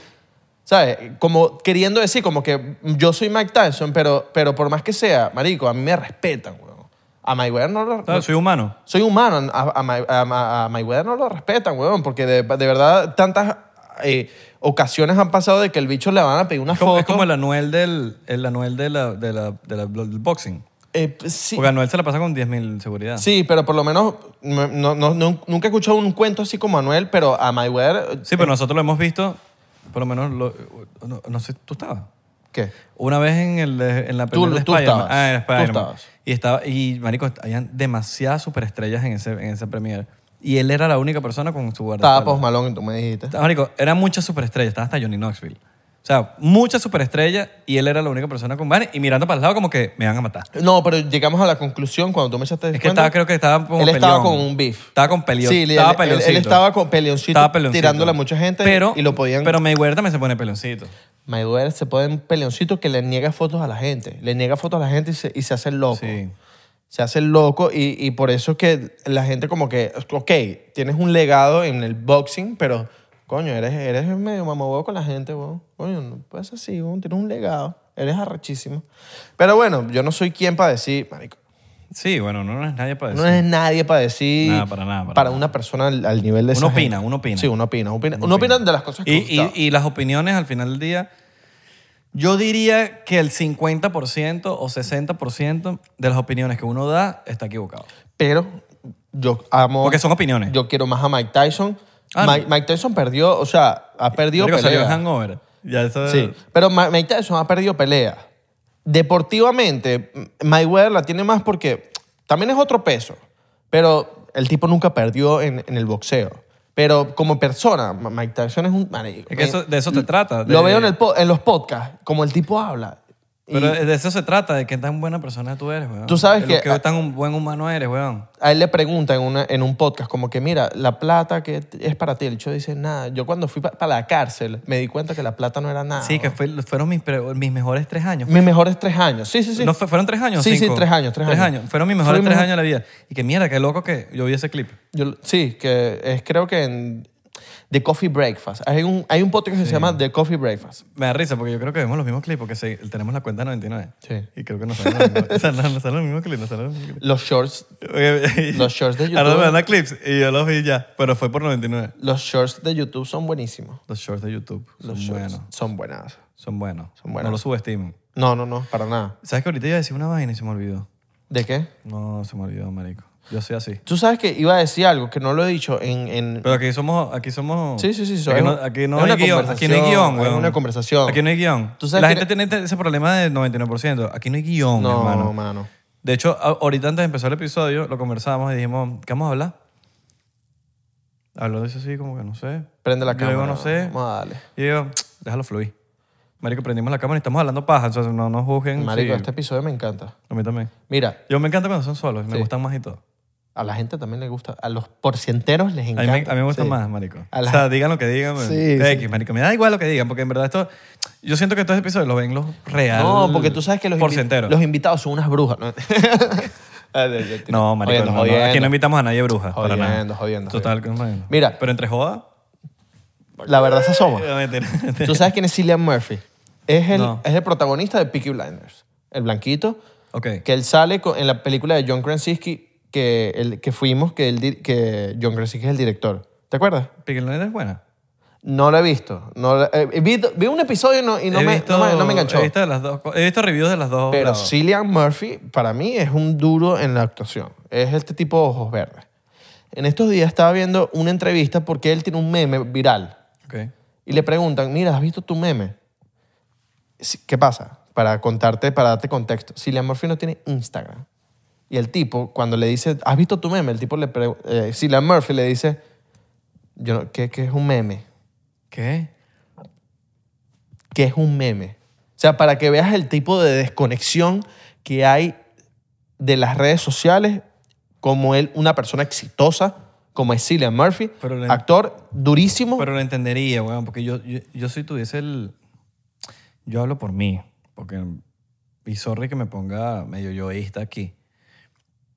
¿Sabes? Como queriendo decir, como que yo soy Mike Tyson, pero, pero por más que sea, marico, a mí me respetan, weón. A Mayweather no lo... No, soy humano. soy humano, a, a, May- a- a- a Mayweather no lo respetan, weón, porque de, de verdad tantas eh, ocasiones han pasado de que el bicho le van a pedir una Es como, es foto. como el Anuel del, el Anuel de la, de la- de la- del boxing. Eh, sí, Porque Anuel se la pasa con 10.000 seguridad. sí, pero por lo menos no- no- no- nunca he escuchado un cuento así como Manuel, pero a My Sí, pero nosotros lo hemos visto, por lo menos, lo- no, no sé, tú estabas. ¿Qué? Una vez en, el, en la película de tú Spider-Man. estabas. Ah, en Tú Spider-Man. estabas. Y, estaba, y, marico, habían demasiadas superestrellas en, ese, en esa premiere. Y él era la única persona con su Estaba guardaespaldas. Post Malone, tú me dijiste. Marico, eran muchas superestrellas. Estaba hasta Johnny Knoxville. O sea, muchas superestrellas y él era la única persona con Van y mirando para el lado como que me van a matar. No, pero llegamos a la conclusión cuando tú me echaste Es que cuenta, estaba, creo que estaba como Él estaba peleón. con un beef. Estaba con peleón. Sí, él, estaba él- él- él peleoncito. estaba con peleoncito, Estaba peleoncito. tirándole a mucha gente pero, y lo podían... Pero Mayweather también se pone peleoncito. Mayweather se pone un peleoncito que le niega fotos a la gente. Le niega fotos a la gente y se, y se hace el loco. Sí. Se hace el loco y, y por eso es que la gente como que, ok, tienes un legado en el boxing, pero coño, eres, eres medio mamahuevo con la gente, weón. Coño, no puedes así, weón. Tienes un legado. Eres arrechísimo. Pero bueno, yo no soy quien para decir, marico, Sí, bueno, no es nadie para decir. no es nadie para decir. Nada, para nada, para nada. una persona al, al nivel de esa Uno opina, gente. uno opina. Sí, uno opina. Opina, uno opina de las cosas que y, le gustaban. y- y las opiniones al final del día, yo diría que el 50% o 60% de las opiniones que uno da está equivocado. Pero yo amo. Porque son opiniones. Yo quiero más a Mike Tyson. Ah, Mike, Mike Tyson perdió, o sea, ha perdido Marico, salió en pelea. Hangover. Ya eso Sí, pero Ma- Mike Tyson ha perdido pelea. Deportivamente, M- Mayweather la tiene más porque también es otro peso, pero el tipo nunca perdió en, en el boxeo. Pero como persona, Ma- Mike Tyson es un... marico, Es que eso- de eso te trata. de- Mm, Lo veo en, el po- en los podcasts, como el tipo habla. Y Pero de eso se trata, de qué tan buena persona tú eres, weón. Tú sabes De lo que- que tan un buen humano eres, weón. a él le preguntan en, una- en un podcast como que, mira, la plata que es para ti. El chico dice, nada, yo cuando fui para la cárcel me di cuenta que la plata no era nada. sí, que fue- fueron mis, pre- mis mejores tres años. Mis mejores tres años. Sí, sí, sí. ¿No fue- ¿Fueron tres años? o Sí, sí, cinco? tres años, tres años. Fueron mis mejores Fueron tres mis- años de la vida. Y que mierda, qué loco que yo vi ese clip. Yo- sí, que es creo que en The Coffee Breakfast. Hay un, hay un podcast que se llama The Coffee Breakfast. Me da risa porque yo creo que vemos los mismos clips porque se- tenemos la cuenta 99. Sí. Y creo que nos salen los mismos, salen- nos salen los mismos clips. Nos salen los mismos clips. Los shorts, Oye, Los shorts de Ahora YouTube. me dan a clips y yo los vi ya, pero fue por 99. los shorts de YouTube son buenísimos. Los shorts de YouTube son Los shorts buenos. son buenas. Son buenos. Son buenos. No los subestimen. No, no, no, para nada. ¿Sabes que ahorita iba a decir una vaina y se me olvidó? ¿De qué? No, se me olvidó, marico. Yo soy así. Tú sabes que iba a decir algo que no lo he dicho en, en, Pero aquí somos... Aquí somos Sí, sí, sí, Aquí es no, un- aquí no es hay una guión. Aquí no hay conversación, guión, es weón. una conversación. Aquí no hay guión. Tú sabes La que- gente tiene ese problema del 99%. Aquí no hay guión, No, hermano. mano. De hecho, a- ahorita antes de empezar el episodio, lo conversábamos y dijimos, ¿qué vamos a hablar? Habló de eso así, como que no sé. Prende la Yo cámara. digo, no sé. Vamos a darle. Y yo, déjalo fluir. Marico, prendimos la cámara y estamos hablando paja, entonces no nos juzguen. Marico, sí. este episodio me encanta. A mí también. Mira, Yo me encanta cuando son solos, me Sí. gustan más y todo. a la gente también le gusta. A los porcienteros les A mí, encanta. me- a mí me gustan Sí. más, marico. A la- O sea, digan lo que digan. eh, Sí, X, sí. marico. Me da igual lo que digan, porque en verdad esto... Yo siento que estos episodios los ven los real No, porque tú sabes que los, invi- porcenteros. los invitados son unas brujas. No, No, marico, Jodiendo, no, no. jodiendo. aquí no invitamos a nadie bruja. para nada. Jodiendo, jodiendo, Total, jodiendo. Mira. Pero entre joda... La verdad se asoma. eh, mentira, mentira. ¿Tú sabes quién es Cillian Murphy? Es el, No. es el protagonista de Peaky Blinders. El blanquito. Ok. Que él sale con- en la película de John Krasinski que, el, que fuimos, que, él di- que John Krasinski es el director. ¿Te acuerdas? Peaky Blinders es buena. No lo he visto. No la- eh, vi, vi un episodio y no, y no He me, visto- no me- no me enganchó. He visto, de las dos, co- he visto reviews de las dos. Pero lados. Cillian Murphy, para mí, es un duro en la actuación. Es este tipo de ojos verdes. En estos días estaba viendo una entrevista porque él tiene un meme viral. Ok. Y le preguntan, mira, ¿has visto tu meme? Sí, ¿Qué pasa? Para contarte, para darte contexto. Cillian Murphy no tiene Instagram. Y el tipo, cuando le dice, ¿has visto tu meme? El tipo le pre- eh, Cillian Murphy le dice, Yo no- ¿qué, ¿qué es un meme? ¿Qué? que es un meme. O sea, para que veas el tipo de desconexión que hay de las redes sociales, como él, una persona exitosa, como es Cillian Murphy, Pero le- actor durísimo. Pero lo entendería, weón, porque yo, yo, yo si tuviese el... Yo hablo por mí, porque... Y sorry que me ponga medio yoísta aquí,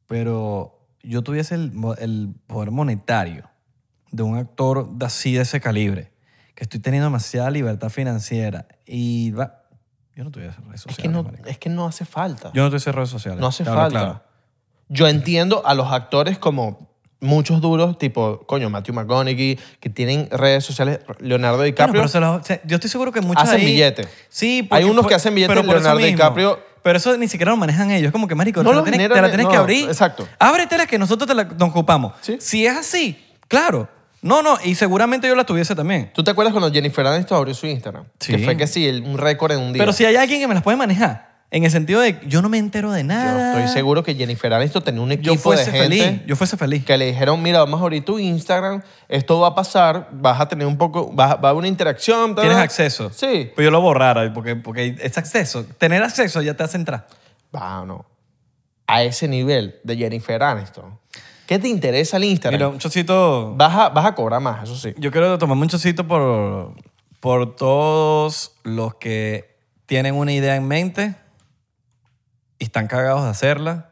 pero yo tuviese el, mo- el poder monetario de un actor de así de ese calibre, que estoy teniendo demasiada libertad financiera y va... Yo no tuviese redes es, sociales, que no, marico. es que no hace falta. Yo no tuviese redes sociales. no hace te hablo falta. claro. Yo entiendo a los actores como muchos duros, tipo, coño, Matthew McConaughey, que tienen redes sociales, Leonardo DiCaprio. Bueno, pero se los- se- yo estoy seguro que muchos Hacen ahí- billete. Sí, Hay unos que hacen billete, pero por eso Leonardo mismo. DiCaprio- Pero eso ni siquiera lo manejan ellos. Como que, marico, No te, la lo tienes, generan, te la tienes que no, abrir. exacto. Ábretela que nosotros te la nos ocupamos. Sí. Si es así, claro. No, no, y seguramente yo la tuviese también. ¿Tú te acuerdas cuando Jennifer Aniston abrió su Instagram? Sí. Que fue que sí, el- un récord en un día. Pero si hay alguien que me las puede manejar, en el sentido de yo no me entero de Yo nada. estoy seguro que Jennifer Aniston tenía un equipo Yo fuese de gente feliz. Yo fuese feliz. que le dijeron, mira, vamos a abrir tu Instagram, esto va a pasar, vas a tener un poco, vas, a- va a haber una interacción. ta, Tienes ta". acceso. Sí. Pues yo lo borrara, porque, porque es acceso. Tener acceso ya te hace entrar. Bueno, a ese nivel de Jennifer Aniston, ¿qué te interesa el Instagram? Mira, un chocito. vas, a, vas a cobrar más, eso sí. Yo quiero tomarme un chocito por, por todos los que tienen una idea en mente y están cagados de hacerla.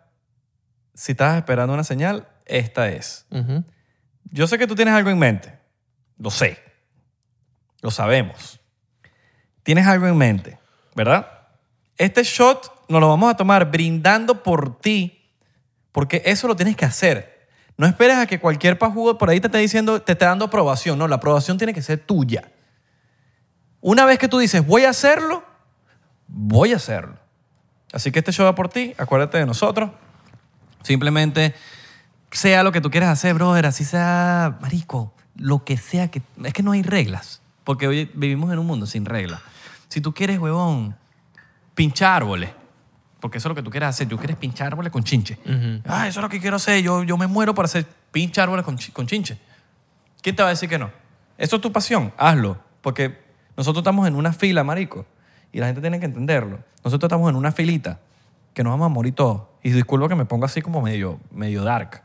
Si estás esperando una señal, esta es. Ujú. Yo sé que tú tienes algo en mente. Lo sé. Lo sabemos. Tienes algo en mente, ¿verdad? Este shot nos lo vamos a tomar brindando por ti, porque eso lo tienes que hacer. No esperes a que cualquier pajugo por ahí te esté diciendo, te esté dando aprobación. No, la aprobación tiene que ser tuya. Una vez que tú dices, voy a hacerlo, voy a hacerlo. Así que este show va por ti, acuérdate de nosotros. Simplemente sea lo que tú quieras hacer, brother, así sea, marico, lo que sea que... Es que no hay reglas, porque hoy vivimos en un mundo sin reglas. Si tú quieres, huevón, pinchar árboles, porque eso es lo que tú quieres hacer, yo quieres pinchar árboles con chinche. Ah, eso es lo que quiero hacer, yo, yo me muero para hacer pinchar árboles con, chi- con chinche. ¿Quién te va a decir que no? Eso es tu pasión, hazlo, porque nosotros estamos en una fila, marico, y la gente tiene que entenderlo. Nosotros estamos en una filita que nos vamos a morir todos. Y disculpa que me ponga así como medio, medio dark.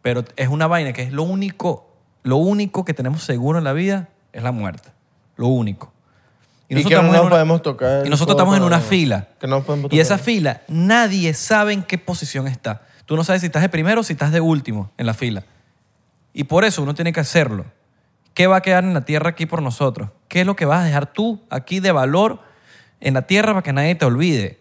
Pero es una vaina que es lo único, lo único que tenemos seguro en la vida es la muerte. Lo único. Y que no en nos podemos tocar Y nosotros todo estamos en una todavía. fila. Que no podemos y tocar. esa fila, nadie sabe en qué posición está. Tú no sabes si estás de primero o si estás de último en la fila. Y por eso uno tiene que hacerlo. ¿Qué va a quedar en la tierra aquí por nosotros? ¿Qué es lo que vas a dejar tú aquí de valor en la tierra para que nadie te olvide?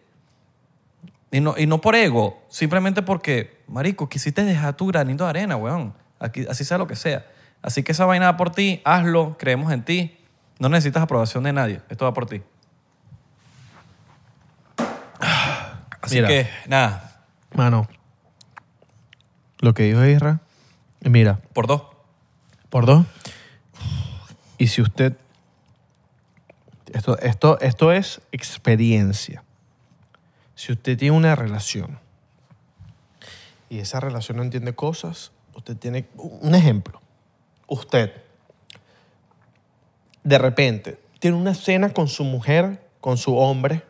Y no, y no por ego, simplemente porque, marico, quisiste dejar tu granito de arena, weón. Aquí, así sea lo que sea. Así que esa vaina va por ti, hazlo, creemos en ti. No necesitas aprobación de nadie, esto va por ti. Ah, Así Mira. que, nada, Mano, lo que dijo Isra, mira, por dos. por dos. Y si usted. Esto, esto, esto es experiencia. Si usted tiene una relación y esa relación no entiende cosas, usted tiene. Un ejemplo. Usted, de repente, tiene una cena con su mujer, con su hombre,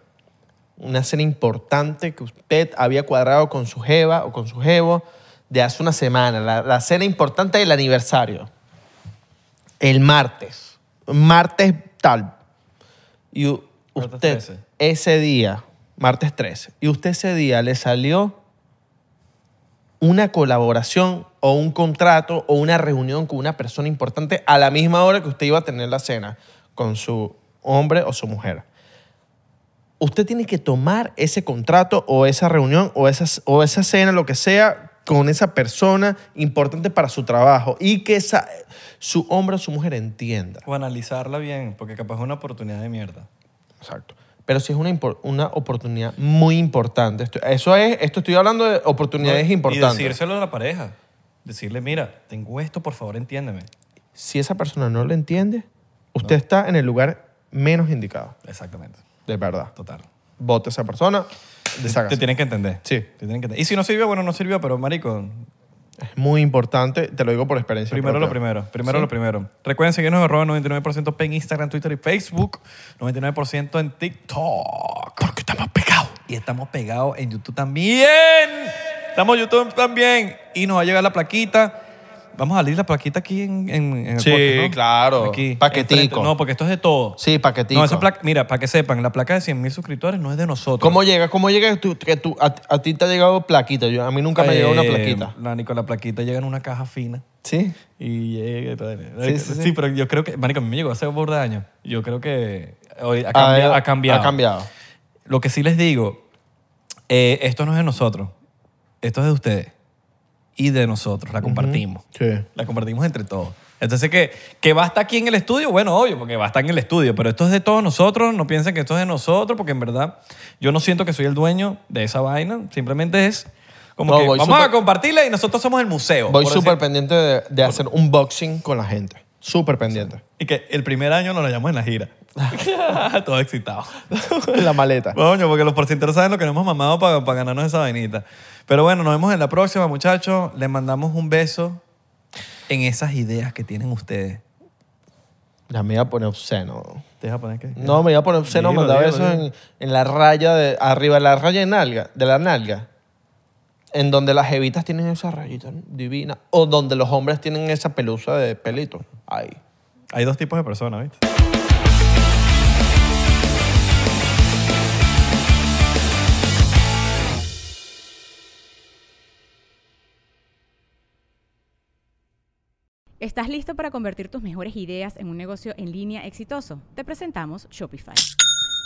una cena importante que usted había cuadrado con su jeva o con su jevo de hace una semana, la, la cena importante del aniversario el martes, martes tal, y u- Martes usted 13. ese día, martes 13, y usted ese día le salió una colaboración o un contrato o una reunión con una persona importante a la misma hora que usted iba a tener la cena con su hombre o su mujer. Usted tiene que tomar ese contrato o esa reunión o esa, o esa cena, lo que sea, con esa persona importante para su trabajo y que esa- su hombre o su mujer entienda. O analizarla bien, porque capaz es una oportunidad de mierda. Exacto. Pero si es una, impor- una oportunidad muy importante. Esto, eso es, esto estoy hablando de oportunidades Y importantes. decírselo a la pareja. Decirle, mira, tengo esto, por favor, entiéndeme. Si esa persona no lo entiende, usted está en el lugar menos indicado. Exactamente, De verdad. total. Vote a esa persona, Te deshágase. tienen que entender. Sí. Te tienen que entender. Y si no sirvió, bueno, no sirvió, pero marico, Es muy importante, te lo digo por experiencia. Primero lo propia. primero, primero lo primero. Recuerden seguirnos en arroba 99% en Instagram, Twitter y Facebook, 99% en TikTok. Porque estamos pegados. Y estamos pegados en YouTube también. Estamos en YouTube también. Y nos va a llegar la plaquita. Vamos a salir la plaquita aquí en, en, en el Sí, podcast, ¿no? claro. Aquí, Paquetico. enfrente. No, porque esto es de todo. Sí, paquetico. No, esa placa, mira, para que sepan, la placa de 100 mil suscriptores no es de nosotros. ¿Cómo llega? ¿Cómo llega que tú- que tú- a, a ti te ha llegado plaquita? Yo, a mí nunca me ha llegado una Eh, plaquita. Marico, la plaquita llega en una caja fina. Sí. Y llega y tal. Sí, sí, sí. pero yo creo que, marico, a mí me llegó hace un de años. Yo creo que hoy ha, A ver, cambiado, ha cambiado. Ha cambiado. Lo que sí les digo, eh, esto no es de nosotros, esto es de ustedes. y de nosotros. La compartimos. Sí. La compartimos entre todos. Entonces, ¿que, ¿que va a estar aquí en el estudio? Bueno, obvio, porque va a estar en el estudio, pero esto es de todos nosotros, no piensen que esto es de nosotros, porque en verdad yo no siento que soy el dueño de esa vaina, simplemente es como No, que voy vamos súper- a compartirla y nosotros somos el museo. Voy por súper decir. pendiente de, de hacer un boxing con la gente. Súper pendiente. Y que el primer año nos lo llamamos en la gira. Todo excitado. la maleta. Coño, porque los porcenteros saben lo que nos hemos mamado para, para ganarnos esa vainita. Pero bueno, nos vemos en la próxima, muchachos. Les mandamos un beso en esas ideas que tienen ustedes. Ya me iba a poner obsceno. ¿Te vas a poner qué? No, me iba a poner obsceno. Dilo, mandaba dilo, eso dilo. en, en la raya de... Arriba de la raya de nalga. De la nalga. En donde las jevitas tienen esa rayita divina. O donde los hombres tienen esa pelusa de pelito. Ahí. Hay dos tipos de personas, ¿viste? ¿Estás listo para convertir tus mejores ideas en un negocio en línea exitoso? Te presentamos Shopify.